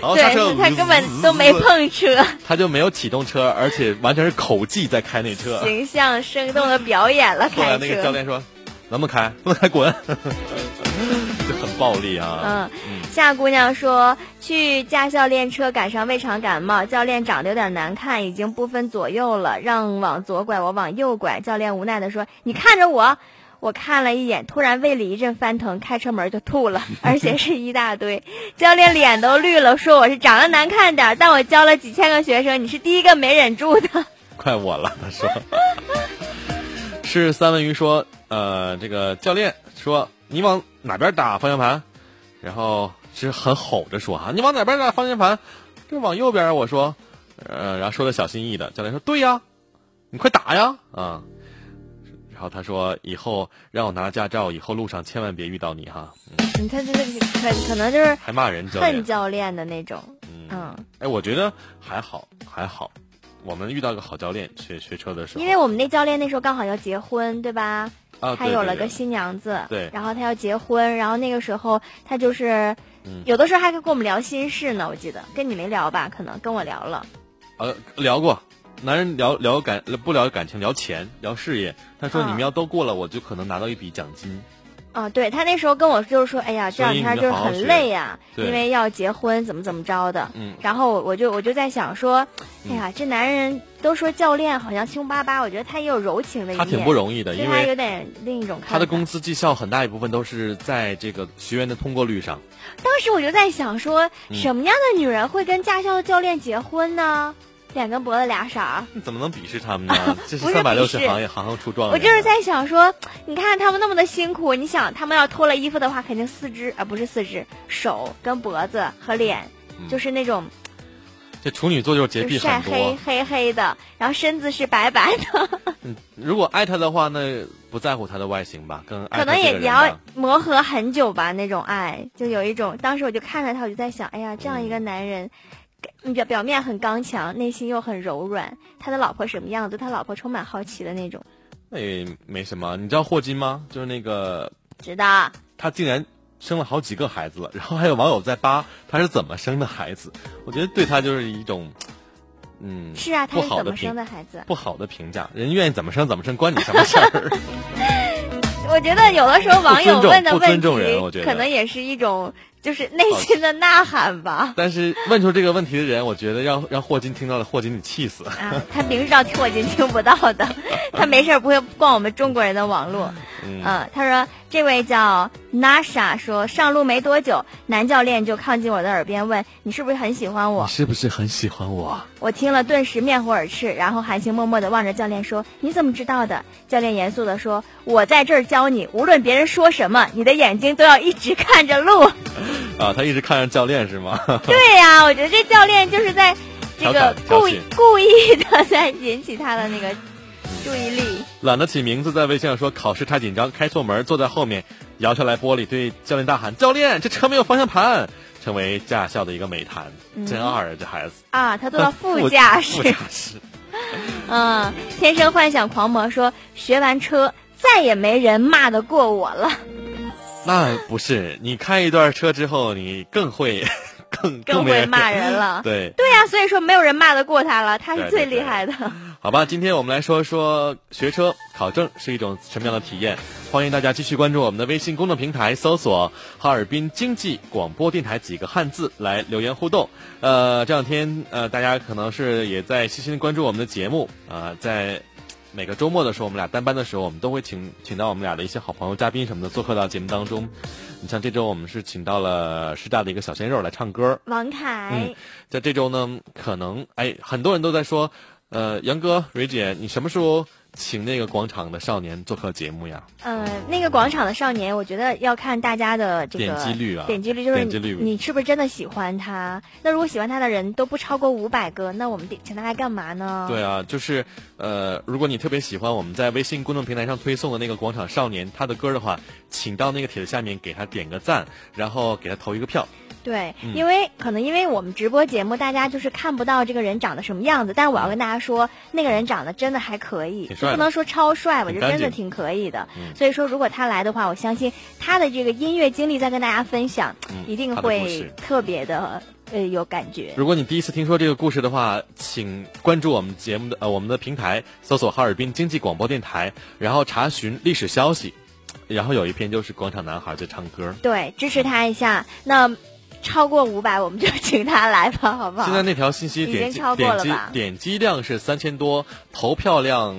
[SPEAKER 3] 然后刹车
[SPEAKER 4] 对，，他根本都没，碰车，
[SPEAKER 3] 他就没有启动车，而且完全是口技在开那车。
[SPEAKER 4] 形象生动的表演了
[SPEAKER 3] 后来
[SPEAKER 4] 开
[SPEAKER 3] 那个教
[SPEAKER 4] 车。
[SPEAKER 3] 练说：“能不能开？不能开，滚！”就很暴力啊。
[SPEAKER 4] 嗯，夏姑娘说嗯去驾校练车，赶上胃肠感冒，教练长得有点难看，已经不分左右了，让往左拐，我往右拐。教练无奈的说：“你看着我。”我看了一眼，突然胃里一阵翻腾，开车门就 吐了，而且是一大堆。教练脸都绿了，说我是长得难看点儿，但我教了几千个学生，你是第一个没忍住的。
[SPEAKER 3] 快我了，他说。 是三文鱼说，呃，这个教练说你往哪边打方向盘，然后是很吼着说啊，你往哪边打方向盘？这往右边啊，我说，呃，然后说的小心翼翼的，教练说对呀，你快打呀，啊、然后他说以后让我拿驾照，以后路上千万别遇到你哈，
[SPEAKER 4] 你看这个可可能就是
[SPEAKER 3] 还骂人教练
[SPEAKER 4] 恨。教练的那种，嗯，
[SPEAKER 3] 哎，我觉得还好还好，我们遇到个好教练学学车的时候，
[SPEAKER 4] 因为我们那教练那时候刚好要结婚，对吧？
[SPEAKER 3] 啊，
[SPEAKER 4] 他
[SPEAKER 3] 对
[SPEAKER 4] 有
[SPEAKER 3] 对
[SPEAKER 4] 了
[SPEAKER 3] 对
[SPEAKER 4] 个新娘子，
[SPEAKER 3] 对
[SPEAKER 4] 然后他要结婚，然后那个时候他就是，
[SPEAKER 3] 嗯
[SPEAKER 4] 有的时候还跟我们聊心事呢，我记得跟你没聊吧，可能跟我聊了，
[SPEAKER 3] 呃，聊过，男人聊聊感不聊感情，聊钱，聊事业。他说
[SPEAKER 4] 啊
[SPEAKER 3] 你们要都过了，我就可能拿到一笔奖金。
[SPEAKER 4] 啊，对他那时候跟我就是说，哎呀，这
[SPEAKER 3] 所以
[SPEAKER 4] 两
[SPEAKER 3] 你
[SPEAKER 4] 天
[SPEAKER 3] 就
[SPEAKER 4] 就是
[SPEAKER 3] 好好
[SPEAKER 4] 很
[SPEAKER 3] 学
[SPEAKER 4] 累呀、
[SPEAKER 3] 对
[SPEAKER 4] 因为要结婚，怎么怎么着的。
[SPEAKER 3] 嗯
[SPEAKER 4] 然后我就我就在想说，哎呀，这男人都说教练好像凶巴巴，我觉得他也有柔情的一面，
[SPEAKER 3] 他挺不容易的，
[SPEAKER 4] 对
[SPEAKER 3] 因
[SPEAKER 4] 他有
[SPEAKER 3] 为
[SPEAKER 4] 点另一种看法。
[SPEAKER 3] 他的工资绩效很大一部分都是在这个学员的通过率上。
[SPEAKER 4] 当时我就在想说，
[SPEAKER 3] 嗯
[SPEAKER 4] 什么样的女人会跟驾校教练结婚呢？两根脖子俩色儿。
[SPEAKER 3] 你 怎么能鄙视他们 呢？这是
[SPEAKER 4] 不是
[SPEAKER 3] 三百六
[SPEAKER 4] 鄙视
[SPEAKER 3] 十行业行行出状元。
[SPEAKER 4] 我就是在想说，你看他们那么的辛苦，你想他们要脱了衣服的话，肯定四肢啊、不是四肢，手跟脖子和脸，就是那种
[SPEAKER 3] 这处女座就是嗯洁
[SPEAKER 4] 就
[SPEAKER 3] 癖
[SPEAKER 4] 晒
[SPEAKER 3] 很
[SPEAKER 4] 黑
[SPEAKER 3] 多。嗯
[SPEAKER 4] 黑黑的，然后身子是白白的，
[SPEAKER 3] 如果爱他的话，那不在乎他的外形吧，更
[SPEAKER 4] 可
[SPEAKER 3] 爱他
[SPEAKER 4] 能
[SPEAKER 3] 这
[SPEAKER 4] 也
[SPEAKER 3] 个人
[SPEAKER 4] 也要
[SPEAKER 3] 吧。
[SPEAKER 4] 磨合很久吧。那种爱，就有一种，当时我就看着他，我就在想，哎呀，这样一个男人。嗯表表面很刚强，内心又很柔软。他的老婆什么样子？对他老婆充满好奇的那种。
[SPEAKER 3] 那也没什么。你知道霍金吗？就是那个
[SPEAKER 4] 知道，
[SPEAKER 3] 他竟然生了好几个孩子了， 然后还有网友在扒他是怎么生的孩子。我觉得对他就是一种，嗯，
[SPEAKER 4] 是啊，他
[SPEAKER 3] 不
[SPEAKER 4] 是
[SPEAKER 3] 好
[SPEAKER 4] 怎
[SPEAKER 3] 的
[SPEAKER 4] 么
[SPEAKER 3] 评
[SPEAKER 4] 生的孩子？
[SPEAKER 3] 不好的评价，人愿意怎么生怎么生，关你什么事儿？
[SPEAKER 4] 我觉得有的时候网友问的
[SPEAKER 3] 不尊
[SPEAKER 4] 问
[SPEAKER 3] 重不尊重人我觉
[SPEAKER 4] 题，
[SPEAKER 3] 得
[SPEAKER 4] 可能也是一种就是内心的呐喊吧。
[SPEAKER 3] 但是问出这个问题的人，我觉得让让霍金听到了，霍金得气死。
[SPEAKER 4] 啊，他平时上听我已经听不到的，他没事儿不会逛我们中国人的网络。
[SPEAKER 3] 嗯
[SPEAKER 4] 呃，他说这位叫 Nasha 说上路没多久，男教练就靠近我的耳边问你是不是很喜欢我
[SPEAKER 3] 你？是不是很喜欢我？
[SPEAKER 4] 我听了顿时面红耳赤，然后含情脉脉的望着教练说你怎么知道的？教练严肃的说我在这儿教你，无论别人说什么，你的眼睛都要一直看着路。
[SPEAKER 3] 啊，他一直看着教练是吗？
[SPEAKER 4] 对呀、我觉得这教练就是在这
[SPEAKER 3] 调侃
[SPEAKER 4] 个
[SPEAKER 3] 调
[SPEAKER 4] 故意
[SPEAKER 3] 戏
[SPEAKER 4] 故意的在引起他的那个注意力。
[SPEAKER 3] 懒得起名字，在微信上说考试太紧张，开错门，坐在后面，摇下来玻璃，对教练大喊：“教练，这车没有方向盘！”成为驾校的一个美谈，真二啊，这孩子。
[SPEAKER 4] 啊，嗯他坐到副驾驶
[SPEAKER 3] 副，驾驶，
[SPEAKER 4] 嗯，天生幻想狂魔说学完车再也没人骂得过我了，
[SPEAKER 3] 那不是你开一段车之后，你更会， 更
[SPEAKER 4] 更
[SPEAKER 3] 没
[SPEAKER 4] 会骂人了。
[SPEAKER 3] 对，
[SPEAKER 4] 对呀、所以说没有人骂得过他了，他是
[SPEAKER 3] 对
[SPEAKER 4] 最
[SPEAKER 3] 对对
[SPEAKER 4] 厉害的。
[SPEAKER 3] 好吧，今天我们来说说学车考证是一种什么样的体验。欢迎大家继续关注我们的微信公众平台，搜索“哈尔滨经济广播电台”几个汉字来留言互动。呃，这两天呃，大家可能是也在细心的关注我们的节目啊、呃在每个周末的时候，我们俩单班的时候，我们都会请请到我们俩的一些好朋友、嘉宾什么的做客到节目当中。你像这周我们是请到了师大的一个小鲜肉来唱歌，
[SPEAKER 4] 王凯、
[SPEAKER 3] 嗯在这周呢，可能哎，很多人都在说，呃，杨哥、蕊姐，你什么时候请那个广场的少年做客节目呀？
[SPEAKER 4] 呃，那个广场的少年，我觉得要看大家的这个
[SPEAKER 3] 点击率啊
[SPEAKER 4] 点击率就是
[SPEAKER 3] 点击率
[SPEAKER 4] 你是不是真的喜欢他？那如果喜欢他的人都不超过五百个，那我们得请他来干嘛呢？
[SPEAKER 3] 对啊，就是呃，如果你特别喜欢我们在微信公众平台上推送的那个广场少年他的歌的话，请到那个帖子下面给他点个赞，然后给他投一个票。
[SPEAKER 4] 对，
[SPEAKER 3] 嗯
[SPEAKER 4] 因为可能因为我们直播节目，大家就是看不到这个人长得什么样子，但是我要跟大家说，那个人长得真的还可以，
[SPEAKER 3] 挺
[SPEAKER 4] 就
[SPEAKER 3] 帅的
[SPEAKER 4] 不能说超帅吧，
[SPEAKER 3] 挺
[SPEAKER 4] 就
[SPEAKER 3] 干
[SPEAKER 4] 真的
[SPEAKER 3] 净
[SPEAKER 4] 挺可以的。
[SPEAKER 3] 嗯
[SPEAKER 4] 所以说，如果他来的话，我相信他的这个音乐经历再跟大家分享，
[SPEAKER 3] 嗯
[SPEAKER 4] 一定
[SPEAKER 3] 他的故
[SPEAKER 4] 会
[SPEAKER 3] 事
[SPEAKER 4] 特别的呃有感觉。
[SPEAKER 3] 如果你第一次听说这个故事的话，请关注我们节目的呃我们的平台，搜索哈尔滨经济广播电台，然后查询历史消息，然后有一篇就是广场男孩在唱歌。
[SPEAKER 4] 对，支持他一下。那超过五百，我们就请他来吧，好不好？
[SPEAKER 3] 现在那条信息
[SPEAKER 4] 啊已
[SPEAKER 3] 点
[SPEAKER 4] 经
[SPEAKER 3] 击
[SPEAKER 4] 超过
[SPEAKER 3] 点
[SPEAKER 4] 了
[SPEAKER 3] 击
[SPEAKER 4] 吧
[SPEAKER 3] 点击量是三千多，投票量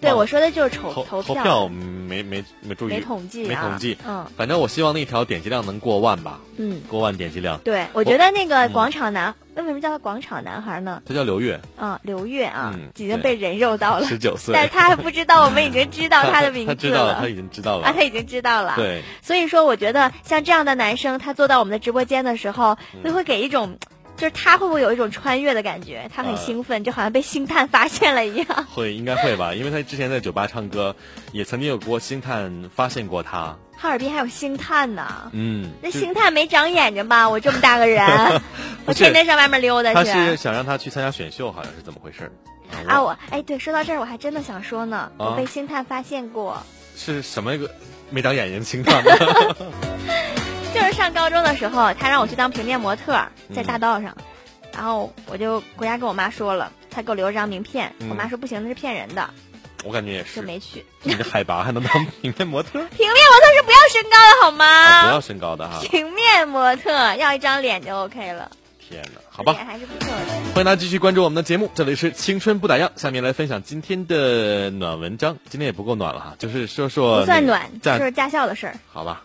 [SPEAKER 4] 对
[SPEAKER 3] 忘
[SPEAKER 4] 我说的就是
[SPEAKER 3] 投投
[SPEAKER 4] 投票，
[SPEAKER 3] 票没没没注意，
[SPEAKER 4] 没统计、啊，
[SPEAKER 3] 没统计
[SPEAKER 4] 嗯
[SPEAKER 3] 反正我希望那条点击量能过万吧，
[SPEAKER 4] 嗯，
[SPEAKER 3] 过万点击量。
[SPEAKER 4] 对，我觉得那个广场男，那为什么叫他广场男孩呢？
[SPEAKER 3] 他叫刘 月，
[SPEAKER 4] 啊，刘月啊，
[SPEAKER 3] 嗯
[SPEAKER 4] 已经被人肉到了，
[SPEAKER 3] 十九岁，
[SPEAKER 4] 但是他还不知道，我们已经知道
[SPEAKER 3] 他
[SPEAKER 4] 的名
[SPEAKER 3] 他
[SPEAKER 4] 字
[SPEAKER 3] 知道了，他已经知道了。
[SPEAKER 4] 啊，他已经知道了。
[SPEAKER 3] 对，
[SPEAKER 4] 所以说，我觉得像这样的男生，他坐到我们的直播间的时候，
[SPEAKER 3] 嗯
[SPEAKER 4] 就会给一种，就是他会不会有一种穿越的感觉？他很
[SPEAKER 3] 呃
[SPEAKER 4] 兴奋，就好像被星探发现了一样。
[SPEAKER 3] 会应该会吧，因为他之前在酒吧唱歌，也曾经有过星探发现过他。
[SPEAKER 4] 哈尔滨还有星探呢，
[SPEAKER 3] 嗯，
[SPEAKER 4] 那
[SPEAKER 3] 就
[SPEAKER 4] 星探没长眼睛吧？我这么大个人，我
[SPEAKER 3] 不是
[SPEAKER 4] 天天上外面溜达
[SPEAKER 3] 他是
[SPEAKER 4] 去
[SPEAKER 3] 想让他去参加选秀，好像是怎么回事？
[SPEAKER 4] 啊！我哎，对，说到这儿，我还真的想说呢，
[SPEAKER 3] 啊
[SPEAKER 4] 我被星探发现过。
[SPEAKER 3] 是什么一个没长眼睛星探 吗？
[SPEAKER 4] 就是上高中的时候，他让我去当平面模特儿，
[SPEAKER 3] 嗯
[SPEAKER 4] 在大道上，然后我就回家跟我妈说了，他给我留了张名片，
[SPEAKER 3] 嗯
[SPEAKER 4] 我妈说不行，那是骗人的。
[SPEAKER 3] 我感觉也是
[SPEAKER 4] 就。没去。
[SPEAKER 3] 你的海拔还能当平面模特？
[SPEAKER 4] 平面模特是不要身高的好
[SPEAKER 3] 啊不
[SPEAKER 4] 吗？
[SPEAKER 3] 要身高的哈！
[SPEAKER 4] 平面模特要一张脸就 OK 了，
[SPEAKER 3] 天哪，好吧
[SPEAKER 4] 脸。还是不错的。
[SPEAKER 3] 欢迎大家继续关注我们的节目，这里是青春不打烊。下面来分享今天的暖文章，今天也不够暖了哈，就是说说
[SPEAKER 4] 不算
[SPEAKER 3] 那个
[SPEAKER 4] 暖，
[SPEAKER 3] 呃在
[SPEAKER 4] 就是驾校的事儿。
[SPEAKER 3] 好吧？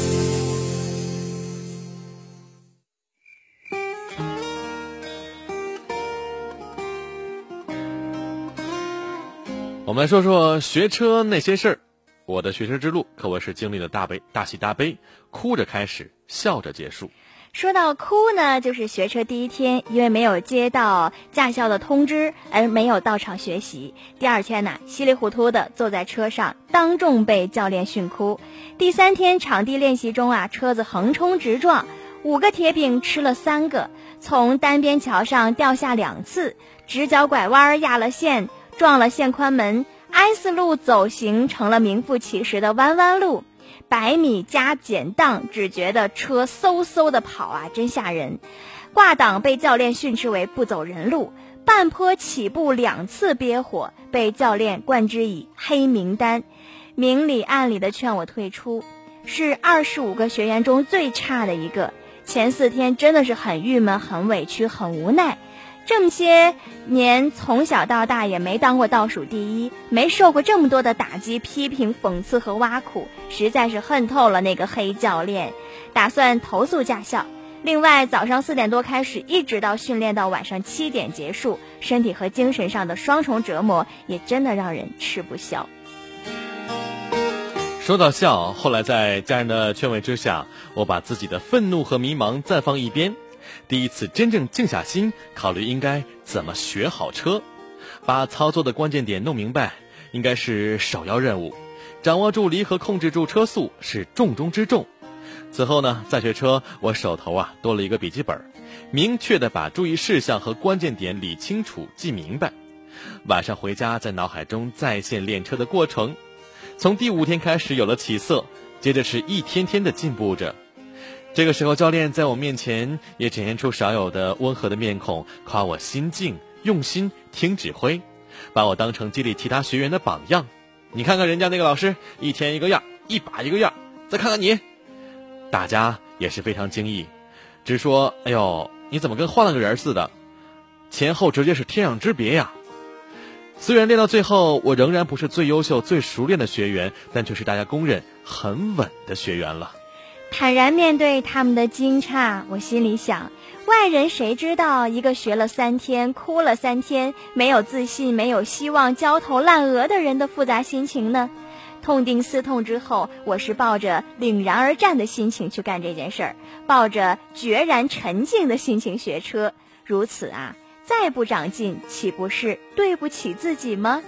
[SPEAKER 3] 我们来说说学车那些事儿。我的学车之路可谓是经历了大悲、大喜、大悲，哭着开始，笑着结束。
[SPEAKER 4] 说到哭呢，就是学车第一天，因为没有接到驾校的通知，而没有到场学习。第二天呢、稀里糊涂的坐在车上，当众被教练训哭。第三天场地练习中啊，车子横冲直撞，五个铁饼吃了三个，从单边桥上掉下两次，直角拐弯压了线，撞了线宽门，挨死路走行成了名副其实的弯弯路。百米加减档，只觉得车嗖嗖的跑啊，真吓人。挂档被教练训斥为不走人路，半坡起步两次憋火，被教练冠之以黑名单，明里暗里的劝我退出，是二十五个学员中最差的一个。前四天真的是很郁闷、很委屈、很无奈。这么些年，从小到大也没当过倒数第一，没受过这么多的打击、批评、讽刺和挖苦，实在是恨透了那个黑教练，打算投诉驾校。另外，早上四点多开始，一直到训练到晚上七点结束，身体和精神上的双重折磨也真的让人吃不消。
[SPEAKER 3] 说到笑，后来在家人的劝慰之下，我把自己的愤怒和迷茫暂放一边，第一次真正静下心考虑应该怎么学好车，把操作的关键点弄明白，应该是首要任务。掌握住离合，控制住车速是重中之重。此后呢，在学车，我手头啊多了一个笔记本儿，明确的把注意事项和关键点理清楚、记明白。晚上回家，在脑海中再现练车的过程，从第五天开始有了起色，接着是一天天的进步着。这个时候，教练在我面前也展现出少有的温和的面孔，夸我心静、用心、听指挥，把我当成激励其他学员的榜样。你看看人家那个老师，一天一个样儿，一把一个样儿，再看看你，大家也是非常惊异，直说：“哎呦，你怎么跟换了个人似的？前后直接是天壤之别呀！”虽然练到最后，我仍然不是最优秀、最熟练的学员，但却是大家公认很稳的学员了。
[SPEAKER 4] 坦然面对他们的惊诧，我心里想：外人谁知道一个学了三天、哭了三天、没有自信、没有希望、焦头烂额的人的复杂心情呢？痛定思痛之后，我是抱着凛然而战的心情去干这件事儿，抱着决然沉静的心情学车。如此啊，再不长进，岂不是对不起自己吗？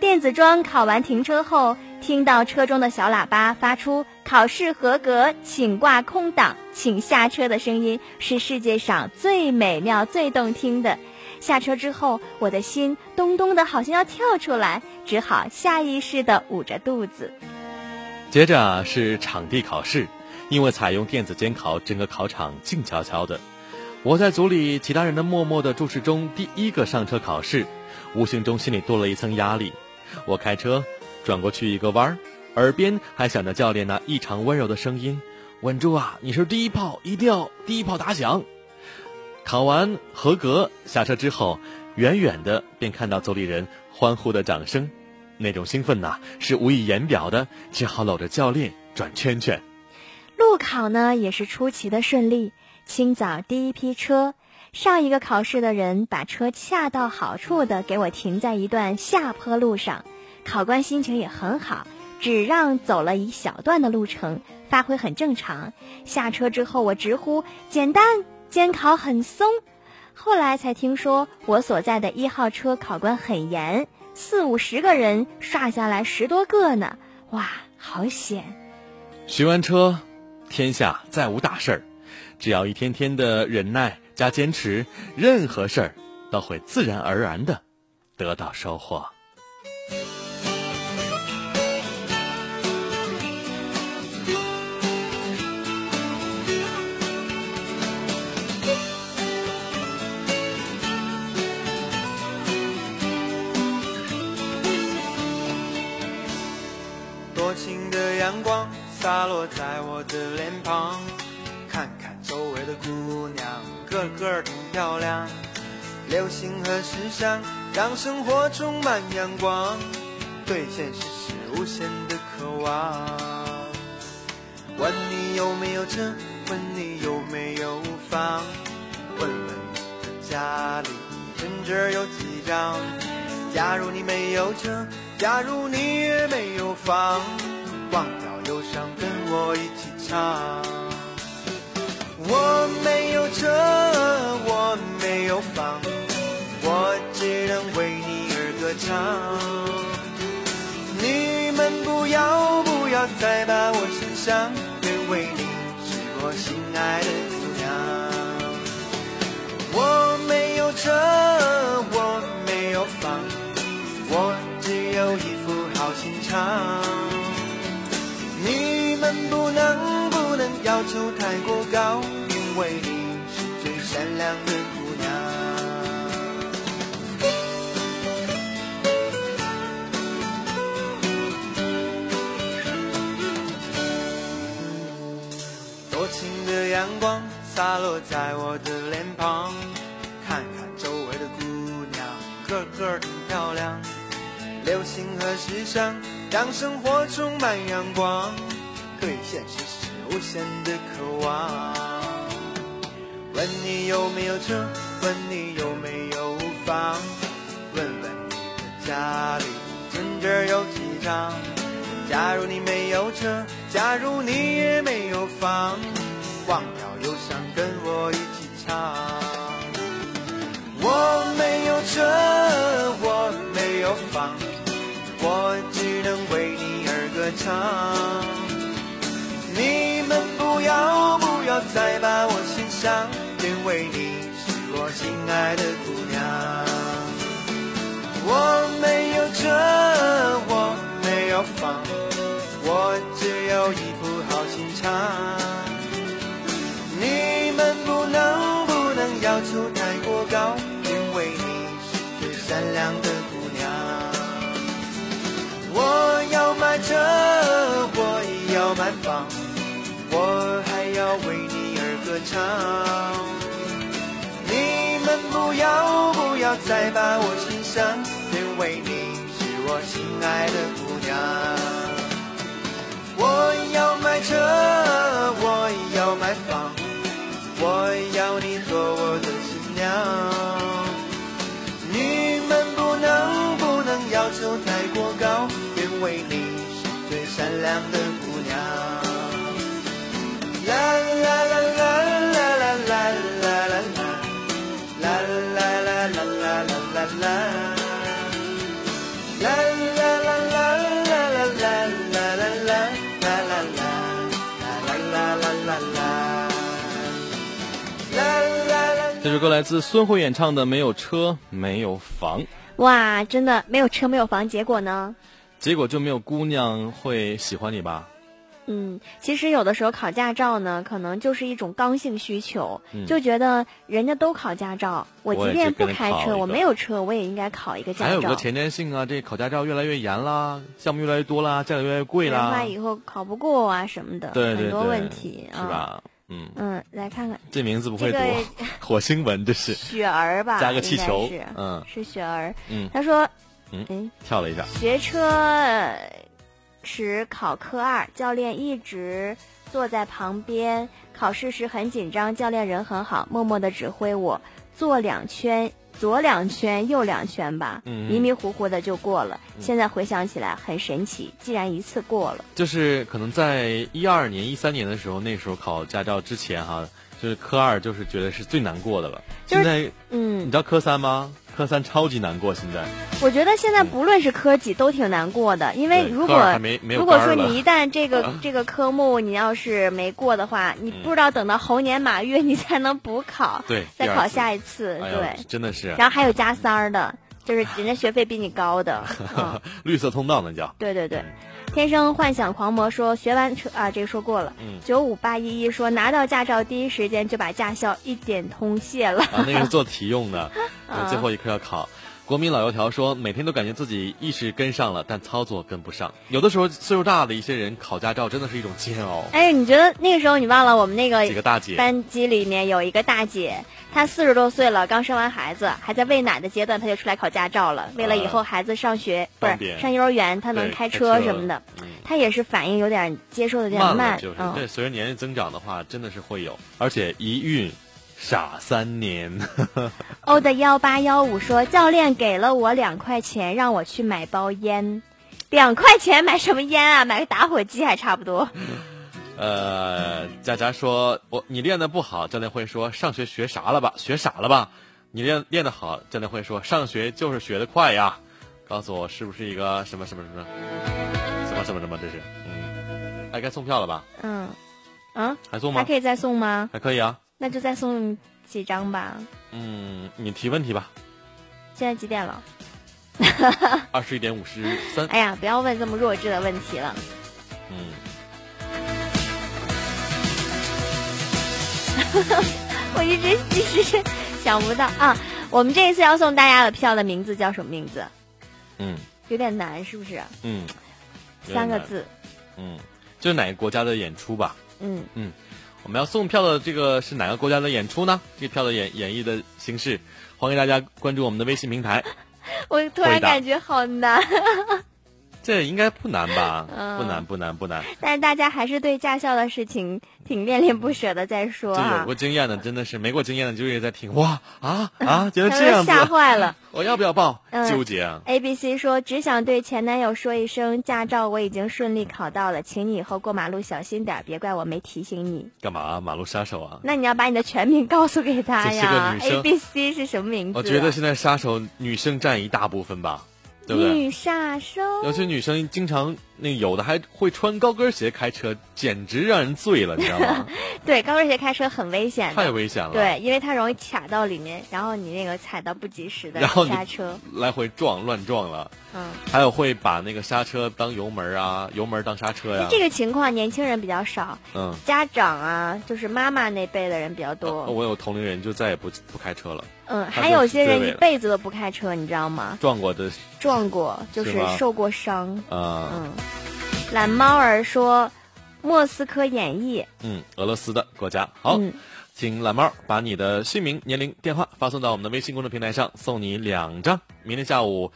[SPEAKER 4] 电子庄考完停车后，听到车中的小喇叭发出“考试合格，请挂空档，请下车”的声音，是世界上最美妙、最动听的。下车之后，我的心咚咚的，好像要跳出来，只好下意识的捂着肚子。
[SPEAKER 3] 接着啊是场地考试，因为采用电子监考，整个考场静悄悄的。我在组里其他人的默默的注视中，第一个上车考试，无形中心里多了一层压力。我开车转过去一个弯儿，耳边还响着教练那异常温柔的声音：“稳住啊，你是第一炮，一定要第一炮打响。”考完合格，下车之后，远远的便看到组里人欢呼的掌声，那种兴奋呐、是无以言表的，只好搂着教练转圈圈。
[SPEAKER 4] 路考呢也是出奇的顺利，清早第一批车。上一个考试的人把车恰到好处的给我停在一段下坡路上，考官心情也很好，只让走了一小段的路程，发挥很正常。下车之后，我直呼简单，监考很松。后来才听说我所在的一号车考官很严，四五十个人刷下来十多个呢，哇，好险！
[SPEAKER 3] 学完车，天下再无大事儿，只要一天天的忍耐加坚持，任何事儿都会自然而然的得到收获。
[SPEAKER 5] 多情的阳光洒落在我的脸庞，看看周围的姑娘，个个儿挺漂亮。流行和时尚让生活充满阳光，对现实是无限的渴望。问你有没有车，问你有没有房，问问你的家里存折有几张。假如你没有车，假如你也没有房，忘掉忧伤，跟我一起唱。我没有车，我没有房，我只能为你而歌唱。你们不要不要再把我心伤，因为你是我心爱的姑娘。我没有车，我没有房，我只有一副好心肠。你们不能不能要求太过高，因为你是最善良的姑娘。多情的阳光洒落在我的脸庞，看看周围的姑娘，个个儿挺漂亮。流行和时尚让生活充满阳光，对现实是无限的渴望。问你有没有车，问你有没有房，问问你的家里存折有几张。假如你没有车，假如你也没有房，忘掉忧伤，跟我一起唱。我没有车，我没有房，我只能为你而歌唱。你们不要不要再把我心伤，因为你是我心爱的姑娘。我没有车，我没有房，我只有一副好心肠。你们不能不能要求太过高，因为你是最善良的姑娘。我要买车，我也要买房，我还要为你而歌唱。你们不要不要再把我心伤，因为你是我心爱的姑娘。我要买车，我也要买房，我要你做我的新娘。你们不能不能要求太过高，因为你是最善良的姑娘。啦啦啦啦啦啦啦啦啦啦，啦啦啦啦啦啦啦啦，啦啦啦啦啦啦啦啦啦啦啦啦啦啦啦啦啦啦啦。
[SPEAKER 3] 这首歌来自孙慧演唱的《没有车没有房》，
[SPEAKER 4] 哇，真的没有车没有房，结果呢？
[SPEAKER 3] 结果就没有姑娘会喜欢你吧？
[SPEAKER 4] 嗯，其实有的时候考驾照呢，可能就是一种刚性需求，就觉得人家都考驾照，我
[SPEAKER 3] 嗯我
[SPEAKER 4] 即
[SPEAKER 3] 也
[SPEAKER 4] 便
[SPEAKER 3] 去跟
[SPEAKER 4] 不
[SPEAKER 3] 着
[SPEAKER 4] 开
[SPEAKER 3] 考一
[SPEAKER 4] 车，我
[SPEAKER 3] 个
[SPEAKER 4] 没有车，我也应该考一个驾
[SPEAKER 3] 还有
[SPEAKER 4] 照
[SPEAKER 3] 个。前瞻性啊，这考驾照越来越严啦，项目越来越多啦，价格越来越贵
[SPEAKER 4] 不然的
[SPEAKER 3] 啦
[SPEAKER 4] 话，以后考不过啊什么的，
[SPEAKER 3] 对对
[SPEAKER 4] 很
[SPEAKER 3] 对，
[SPEAKER 4] 多问题
[SPEAKER 3] 是
[SPEAKER 4] 啊。
[SPEAKER 3] 吧？嗯，
[SPEAKER 4] 嗯，来看看
[SPEAKER 3] 这名字不会读，
[SPEAKER 4] 这个
[SPEAKER 3] 火星文这是
[SPEAKER 4] 雪儿吧，
[SPEAKER 3] 加个
[SPEAKER 4] 应
[SPEAKER 3] 气
[SPEAKER 4] 该
[SPEAKER 3] 球
[SPEAKER 4] 是，
[SPEAKER 3] 嗯，
[SPEAKER 4] 是雪儿。
[SPEAKER 3] 嗯
[SPEAKER 4] 他说，
[SPEAKER 3] 嗯
[SPEAKER 4] 哎，
[SPEAKER 3] 跳了一下，
[SPEAKER 4] 学车时考科二，教练一直坐在旁边。考试时很紧张，教练人很好，默默的指挥我做两圈，左两圈，右两圈吧，
[SPEAKER 3] 嗯
[SPEAKER 4] 迷迷糊糊的就过了。现在回想起来很神奇，竟然一次过了。
[SPEAKER 3] 就是可能在一二年、一三年的时候，那时候考驾照之前哈，就是科二就是觉得是最难过的了。
[SPEAKER 4] 就是
[SPEAKER 3] 现在你
[SPEAKER 4] 嗯
[SPEAKER 3] 知，道科三吗？科三超级难过，现在
[SPEAKER 4] 我觉得现在不论是科几都挺难过的，因为
[SPEAKER 3] 嗯对
[SPEAKER 4] 如
[SPEAKER 3] 科二
[SPEAKER 4] 果
[SPEAKER 3] 还没没有
[SPEAKER 4] 如果
[SPEAKER 3] 杆
[SPEAKER 4] 说
[SPEAKER 3] 儿了嗯
[SPEAKER 4] 你一旦这个这个科目你要是没过的话，你不知道等到猴年马月你才能补考，
[SPEAKER 3] 对
[SPEAKER 4] 再
[SPEAKER 3] 第二
[SPEAKER 4] 考
[SPEAKER 3] 次
[SPEAKER 4] 下一次，
[SPEAKER 3] 哎
[SPEAKER 4] 对
[SPEAKER 3] 呀，，真的是
[SPEAKER 4] 然后还有加三儿的，就是人家学费比你 高的，嗯，
[SPEAKER 3] 绿色通道那叫。
[SPEAKER 4] 对对对。天生幻想狂魔说学完车啊，这个说过了。
[SPEAKER 3] 嗯
[SPEAKER 4] 九五八一一说拿到驾照第一时间就把驾校一点通谢了。
[SPEAKER 3] 啊，那个是做题用 的，呃
[SPEAKER 4] 啊
[SPEAKER 3] 最后一科要考。国民老油条说，每天都感觉自己意识跟上了，但操作跟不上。有的时候岁数大的一些人考驾照真的是一种煎熬。
[SPEAKER 4] 哎，你觉得那个时候你忘了我们那个
[SPEAKER 3] 几个大姐，
[SPEAKER 4] 哎班级里面有一个大姐，她四十多岁了，刚生完孩子，还在喂奶的阶段，她就出来考驾照了。为了以后孩子上学、不
[SPEAKER 3] 啊方
[SPEAKER 4] 是
[SPEAKER 3] 便
[SPEAKER 4] 上幼儿园，她能
[SPEAKER 3] 对
[SPEAKER 4] 开
[SPEAKER 3] 开
[SPEAKER 4] 车
[SPEAKER 3] 车
[SPEAKER 4] 什么的，
[SPEAKER 3] 嗯
[SPEAKER 4] 她也是反应有点接受的有点慢，
[SPEAKER 3] 了就是，对，
[SPEAKER 4] 嗯，
[SPEAKER 3] 随着年龄增长的话，真的是会有，而且一孕傻三年。
[SPEAKER 4] 欧的哦幺八幺五说，教练给了我两块钱，让我去买包烟。两块钱买什么烟啊？买个打火机还差不多。
[SPEAKER 3] 嗯呃，佳佳说，我你练的不好，教练会说上学学啥了吧，学傻了吧？你练练的好，教练会说上学就是学得快呀。告诉我是不是一个什么什么什么什么什么什么？这是，嗯，哎，该送票了吧？
[SPEAKER 4] 嗯，啊，
[SPEAKER 3] 还送
[SPEAKER 4] 还
[SPEAKER 3] 吗
[SPEAKER 4] 可？以再送吗？
[SPEAKER 3] 还可以啊。
[SPEAKER 4] 那就再送几张吧。
[SPEAKER 3] 嗯，你提问题吧。
[SPEAKER 4] 现在几点了？
[SPEAKER 3] 二十一点五十三。
[SPEAKER 4] 哎呀，不要问这么弱智的问题了。
[SPEAKER 3] 嗯，
[SPEAKER 4] 我一直一直想不到啊。我们这一次要送大家的票的名字叫什么名字？
[SPEAKER 3] 嗯
[SPEAKER 4] 有点难，是不是？
[SPEAKER 3] 嗯，有点
[SPEAKER 4] 三个
[SPEAKER 3] 难。
[SPEAKER 4] 字。
[SPEAKER 3] 嗯，就是哪个国家的演出吧？
[SPEAKER 4] 嗯，
[SPEAKER 3] 我们要送票的这个是哪个国家的演出呢？这票的演演绎的形式，欢迎大家关注我们的微信平台。嗯
[SPEAKER 4] 我突
[SPEAKER 3] 回
[SPEAKER 4] 然
[SPEAKER 3] 答
[SPEAKER 4] 感觉好难，
[SPEAKER 3] 这应该不难吧？
[SPEAKER 4] 嗯
[SPEAKER 3] 不难，不难，不难。
[SPEAKER 4] 但是大家还是对驾校的事情 挺恋恋不舍的在说
[SPEAKER 3] 这有
[SPEAKER 4] 啊
[SPEAKER 3] 过，经验的真的是没过经验的就一直在听哇啊 啊，觉得
[SPEAKER 4] 他
[SPEAKER 3] 这
[SPEAKER 4] 们
[SPEAKER 3] 样子
[SPEAKER 4] 吓坏了。
[SPEAKER 3] 我要不要报？
[SPEAKER 4] 嗯
[SPEAKER 3] 纠结啊。
[SPEAKER 4] A B C 说：“只想对前男友说一声，驾照我已经顺利考到了，请你以后过马路小心点儿，别怪我没提醒你。
[SPEAKER 3] 干嘛、马路杀手啊？
[SPEAKER 4] 那你要把你的全名告诉给他
[SPEAKER 3] 这是
[SPEAKER 4] 呀。
[SPEAKER 3] 个女生
[SPEAKER 4] A B C 是什么名字啊、
[SPEAKER 3] 我觉得现在杀手女生占一大部分吧，对不对？
[SPEAKER 4] 女杀手。
[SPEAKER 3] 尤其女生经常那有的还会穿高跟鞋开车，简直让人醉了，你知道 吗？
[SPEAKER 4] 对，高跟鞋开车很危险
[SPEAKER 3] 太
[SPEAKER 4] 的。
[SPEAKER 3] 危险了。，
[SPEAKER 4] 对，因为它容易卡到里面，然后你那个踩到不及时的
[SPEAKER 3] 然后你
[SPEAKER 4] 刹车。
[SPEAKER 3] 来回撞乱撞了。
[SPEAKER 4] 嗯，
[SPEAKER 3] 还有会把那个刹车当油门啊，油门当刹车呀、
[SPEAKER 4] 这个情况年轻人比较少，
[SPEAKER 3] 嗯，
[SPEAKER 4] 家长啊，就是妈妈那辈的人比较
[SPEAKER 3] 呃
[SPEAKER 4] 多。
[SPEAKER 3] 我有同龄人就再也不不开车了，
[SPEAKER 4] 嗯，
[SPEAKER 3] 他
[SPEAKER 4] 还
[SPEAKER 3] 就
[SPEAKER 4] 有
[SPEAKER 3] 是
[SPEAKER 4] 些
[SPEAKER 3] 对
[SPEAKER 4] 人一
[SPEAKER 3] 位了
[SPEAKER 4] 辈子都不开车，你知道吗？
[SPEAKER 3] 撞过的
[SPEAKER 4] 撞过，就是是
[SPEAKER 3] 吗
[SPEAKER 4] 受过伤。
[SPEAKER 3] 啊，
[SPEAKER 4] 嗯，懒猫儿说，《莫斯科演义》
[SPEAKER 3] 嗯，俄罗斯的国家。好，
[SPEAKER 4] 嗯
[SPEAKER 3] 请懒猫把你的姓名、年龄、电话发送到我们的微信公众平台上，送你两张。明天下午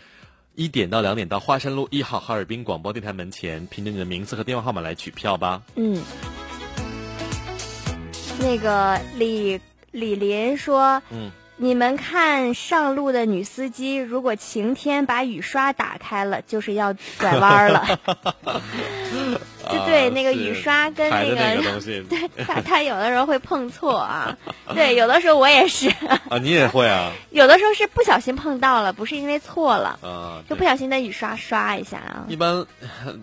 [SPEAKER 3] 一点到两点到华山路一号哈尔滨广播电台门前，凭着你的名字和电话号码来取票吧。
[SPEAKER 4] 嗯，那个李李林说，
[SPEAKER 3] 嗯，
[SPEAKER 4] 你们看上路的女司机，如果晴天把雨刷打开了，就是要拐弯 儿了。就对，
[SPEAKER 3] 啊
[SPEAKER 4] 那个
[SPEAKER 3] 是
[SPEAKER 4] 雨刷跟
[SPEAKER 3] 抬
[SPEAKER 4] 那
[SPEAKER 3] 的
[SPEAKER 4] 个，
[SPEAKER 3] 那个东西
[SPEAKER 4] 对，它它有的时候会碰错啊。对，有的时候我也是，
[SPEAKER 3] 啊，你也会啊？
[SPEAKER 4] 有的时候是不小心碰到了，不是因为错了，
[SPEAKER 3] 啊，
[SPEAKER 4] 就
[SPEAKER 3] 对
[SPEAKER 4] 不小心的雨刷刷一下啊。
[SPEAKER 3] 一般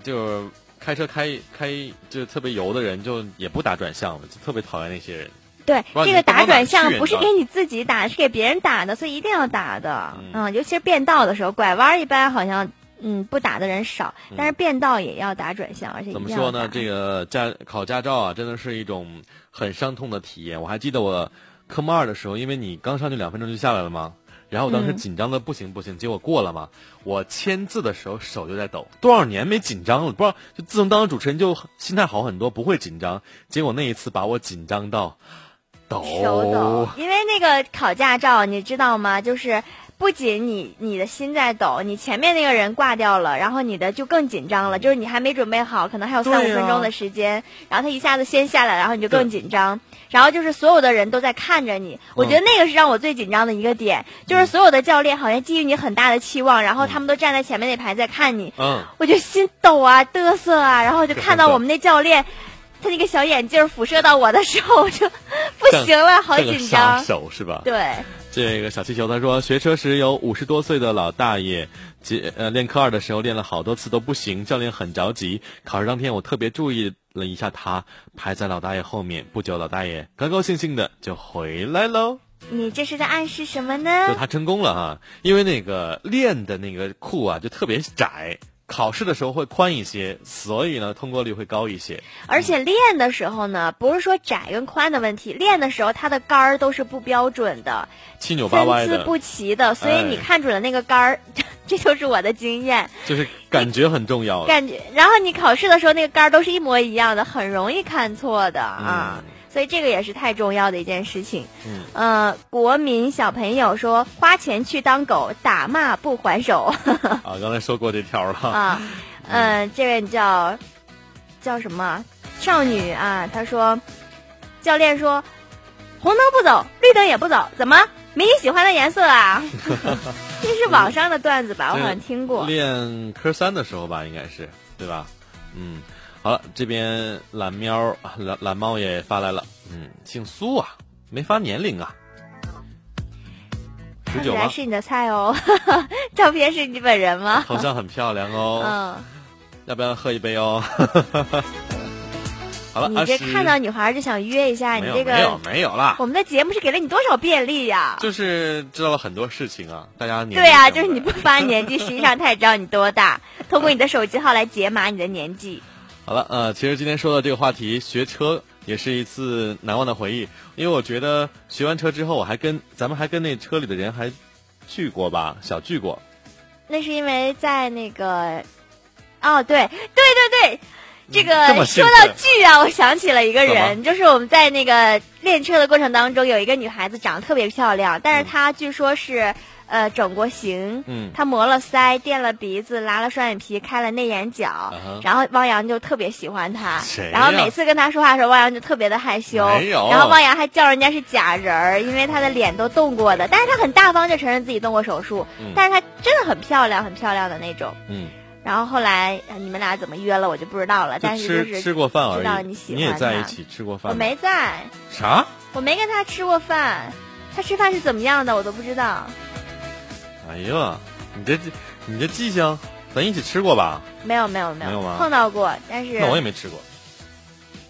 [SPEAKER 3] 就是开车开开就是特别油的人，就也不打转向了，就特别讨厌那些人。
[SPEAKER 4] 对，
[SPEAKER 3] 不然
[SPEAKER 4] 这
[SPEAKER 3] 你
[SPEAKER 4] 个
[SPEAKER 3] 不知道
[SPEAKER 4] 打
[SPEAKER 3] 哪
[SPEAKER 4] 转
[SPEAKER 3] 儿
[SPEAKER 4] 向
[SPEAKER 3] 去
[SPEAKER 4] 不是
[SPEAKER 3] 你知
[SPEAKER 4] 给
[SPEAKER 3] 道
[SPEAKER 4] 你自己打，是给别人打的，所以一定要打的。
[SPEAKER 3] 嗯
[SPEAKER 4] 嗯，尤其是变道的时候，拐弯一般好像嗯不打的人少，但是变道也要打转向，而且一
[SPEAKER 3] 嗯怎么
[SPEAKER 4] 定
[SPEAKER 3] 说
[SPEAKER 4] 要
[SPEAKER 3] 呢？
[SPEAKER 4] 打
[SPEAKER 3] 这个驾考驾照啊，真的是一种很伤痛的体验。我还记得我科目二的时候，因为你刚上去两分钟就下来了嘛，然后我当时
[SPEAKER 4] 嗯
[SPEAKER 3] 紧张的不行不行，结果过了嘛。我签字的时候手就在抖，多少年没紧张了，不知道就自从当了主持人就心态好很多，不会紧张。结果那一次把我紧张到抖，
[SPEAKER 4] 手抖，因为那个考驾照，你知道吗？就是。不仅你你的心在抖，你前面那个人挂掉了，然后你的就更紧张了，就是你还没准备好，可能还有
[SPEAKER 3] 嗯对
[SPEAKER 4] 三五分
[SPEAKER 3] 啊
[SPEAKER 4] 钟的时间，然后他一下子先下来，然后你就更紧张，然后就是所有的人都在看着你，我觉
[SPEAKER 3] 嗯
[SPEAKER 4] 得那个是让我最紧张的一个点，就是所有的教练好像寄予你很大的期望，然后他们都站在前面那排在看你，
[SPEAKER 3] 嗯。
[SPEAKER 4] 我就心抖啊、嘚瑟啊，然后我就看 到我们那教练，他那个小眼镜儿辐射到我的时候，我就 不行了，好
[SPEAKER 3] 这个
[SPEAKER 4] 紧
[SPEAKER 3] 杀
[SPEAKER 4] 张。
[SPEAKER 3] 手是吧？
[SPEAKER 4] 对，
[SPEAKER 3] 这个小气球他说，学车时有五十多岁的老大爷，结呃练科二的时候练了好多次都不行，教练很着急。考试当天我特别注意了一下他，排在老大爷后面。不久，老大爷高高兴兴的就回来喽。
[SPEAKER 4] 你这是在暗示什么
[SPEAKER 3] 就
[SPEAKER 4] 呢？
[SPEAKER 3] 他成功了啊，因为那个练的那个库啊就特别窄，考试的时候会宽一些，所以呢通过率会高一些。
[SPEAKER 4] 而且练的时候呢，不是说窄跟宽的问题，练的时候它的杆儿都是不标准的，
[SPEAKER 3] 七扭八歪
[SPEAKER 4] 参差
[SPEAKER 3] 的，
[SPEAKER 4] 不齐的，所以你看准了那个杆儿， 这就是我的经验。
[SPEAKER 3] 就是感觉很重 要。啊
[SPEAKER 4] 感觉，然后你考试的时候那个杆儿都是一模一样的，很容易看错的啊。所以这个也是太重要的一件事情。
[SPEAKER 3] 嗯，
[SPEAKER 4] 呃，国民小朋友说花钱去当狗，打骂不还手
[SPEAKER 3] 啊，刚才说过这条了。
[SPEAKER 4] 啊。嗯，这位叫叫什么少女啊？她说，教练说，红灯不走，绿灯也不走，怎么没你喜欢的颜色啊？这是网上的段子吧？我好像听过。
[SPEAKER 3] 练科三的时候吧，应该是对吧？嗯，好了，这边懒喵懒懒猫也发来了，嗯，姓苏啊，没发年龄啊，十
[SPEAKER 4] 看起
[SPEAKER 3] 九
[SPEAKER 4] 来
[SPEAKER 3] 吗？
[SPEAKER 4] 是你的菜哦， 照片是你本人吗？
[SPEAKER 3] 头像很漂亮哦，
[SPEAKER 4] 嗯，
[SPEAKER 3] 要不要喝一杯哦？ 好了，
[SPEAKER 4] 你这
[SPEAKER 3] 20
[SPEAKER 4] 看到女孩就想约一下，
[SPEAKER 3] 没
[SPEAKER 4] 你
[SPEAKER 3] 有
[SPEAKER 4] 这
[SPEAKER 3] 没有
[SPEAKER 4] 个哦
[SPEAKER 3] 没有啦
[SPEAKER 4] 我，们的节目是给了你多少便利呀？
[SPEAKER 3] 就是知道了很多事情啊，大家年龄
[SPEAKER 4] 对呀、
[SPEAKER 3] 相
[SPEAKER 4] 就是你
[SPEAKER 3] 关
[SPEAKER 4] 不发年纪，实际上他也知道你多大，通过你的手机号来解码你的年纪。
[SPEAKER 3] 好了，呃，其实今天说到这个话题，学车也是一次难忘的回忆，因为我觉得学完车之后，我还跟咱们还跟那车里的人还聚过吧，小聚过。
[SPEAKER 4] 那是因为在那个，哦，对对对对，这
[SPEAKER 3] 嗯这么
[SPEAKER 4] 个
[SPEAKER 3] 兴
[SPEAKER 4] 说
[SPEAKER 3] 奋
[SPEAKER 4] 到剧啊，我想起了一个
[SPEAKER 3] 干
[SPEAKER 4] 人，就是我们在那个练车的过程当中，有一个女孩子长得特别漂亮，但是她据说是。呃，整过形，
[SPEAKER 3] 嗯
[SPEAKER 4] 她磨了腮，垫了鼻子，拉了双眼皮，开了内眼角，
[SPEAKER 3] 啊哈
[SPEAKER 4] 然后汪洋就特别喜欢她，
[SPEAKER 3] 谁
[SPEAKER 4] 然后
[SPEAKER 3] 呀
[SPEAKER 4] 每次跟她说话的时候，汪洋就特别的害羞，
[SPEAKER 3] 没有
[SPEAKER 4] 然后汪洋还叫人家是假人儿，因为她的脸都动过的，但是她很大方，就承认自己动过手术，
[SPEAKER 3] 嗯
[SPEAKER 4] 但是她真的很漂亮，很漂亮的那种。
[SPEAKER 3] 嗯，
[SPEAKER 4] 然后后来呃你们俩怎么约了，我就不知道了。但是
[SPEAKER 3] 吃
[SPEAKER 4] 就是
[SPEAKER 3] 吃过饭
[SPEAKER 4] 知道
[SPEAKER 3] 而已，
[SPEAKER 4] 你
[SPEAKER 3] 你
[SPEAKER 4] 喜
[SPEAKER 3] 也
[SPEAKER 4] 欢
[SPEAKER 3] 在
[SPEAKER 4] 他
[SPEAKER 3] 一起吃过饭吗？
[SPEAKER 4] 我没在，
[SPEAKER 3] 啥？
[SPEAKER 4] 我没跟他吃过饭，他吃饭是怎么样的我都不知道。
[SPEAKER 3] 哎呀，你这你这记性，咱一起吃过吧？
[SPEAKER 4] 没有没有没
[SPEAKER 3] 没有吗
[SPEAKER 4] 碰到过，但是
[SPEAKER 3] 那我也没吃过。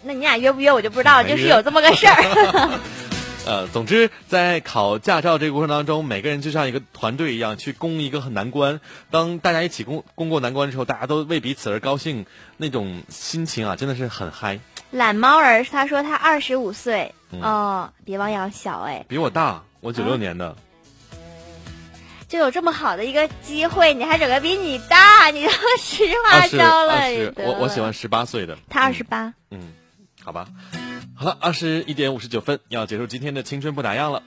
[SPEAKER 4] 那你俩约不约我就不知道，
[SPEAKER 3] 没
[SPEAKER 4] 就是
[SPEAKER 3] 约
[SPEAKER 4] 有这么个 事儿。
[SPEAKER 3] 呃，总之，在考驾照这个过程当中，每个人就像一个团队一样去攻一个很难关。当大家一起攻攻过难关之后，大家都为彼此而高兴，那种心情啊，真的是很嗨，
[SPEAKER 4] 懒猫儿他说他二十五岁，
[SPEAKER 3] 嗯
[SPEAKER 4] 哦，比汪洋小哎，
[SPEAKER 3] 比我大，我九六年的，
[SPEAKER 4] 就有这么好的一个机会，你还整个比你大，你都
[SPEAKER 3] 啊
[SPEAKER 4] 实话
[SPEAKER 3] 二十
[SPEAKER 4] 招啊了
[SPEAKER 3] 二。十，
[SPEAKER 4] 得
[SPEAKER 3] 我我
[SPEAKER 4] 了
[SPEAKER 3] 喜欢十八岁的，
[SPEAKER 4] 他二十八。
[SPEAKER 3] 嗯，好吧。好了，二十一点五十九分，要结束今天的青春不打烊了。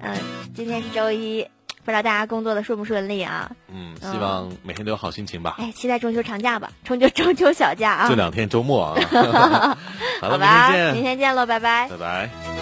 [SPEAKER 4] 嗯，今天是周一，不知道大家工作的顺不顺利啊？
[SPEAKER 3] 嗯，希望每天都有好心情吧。
[SPEAKER 4] 哎，期待中秋长假吧，中秋 中秋小假啊
[SPEAKER 3] 就！两天周末啊。好了，明天见，
[SPEAKER 4] 明天见喽，拜拜。
[SPEAKER 3] 拜拜。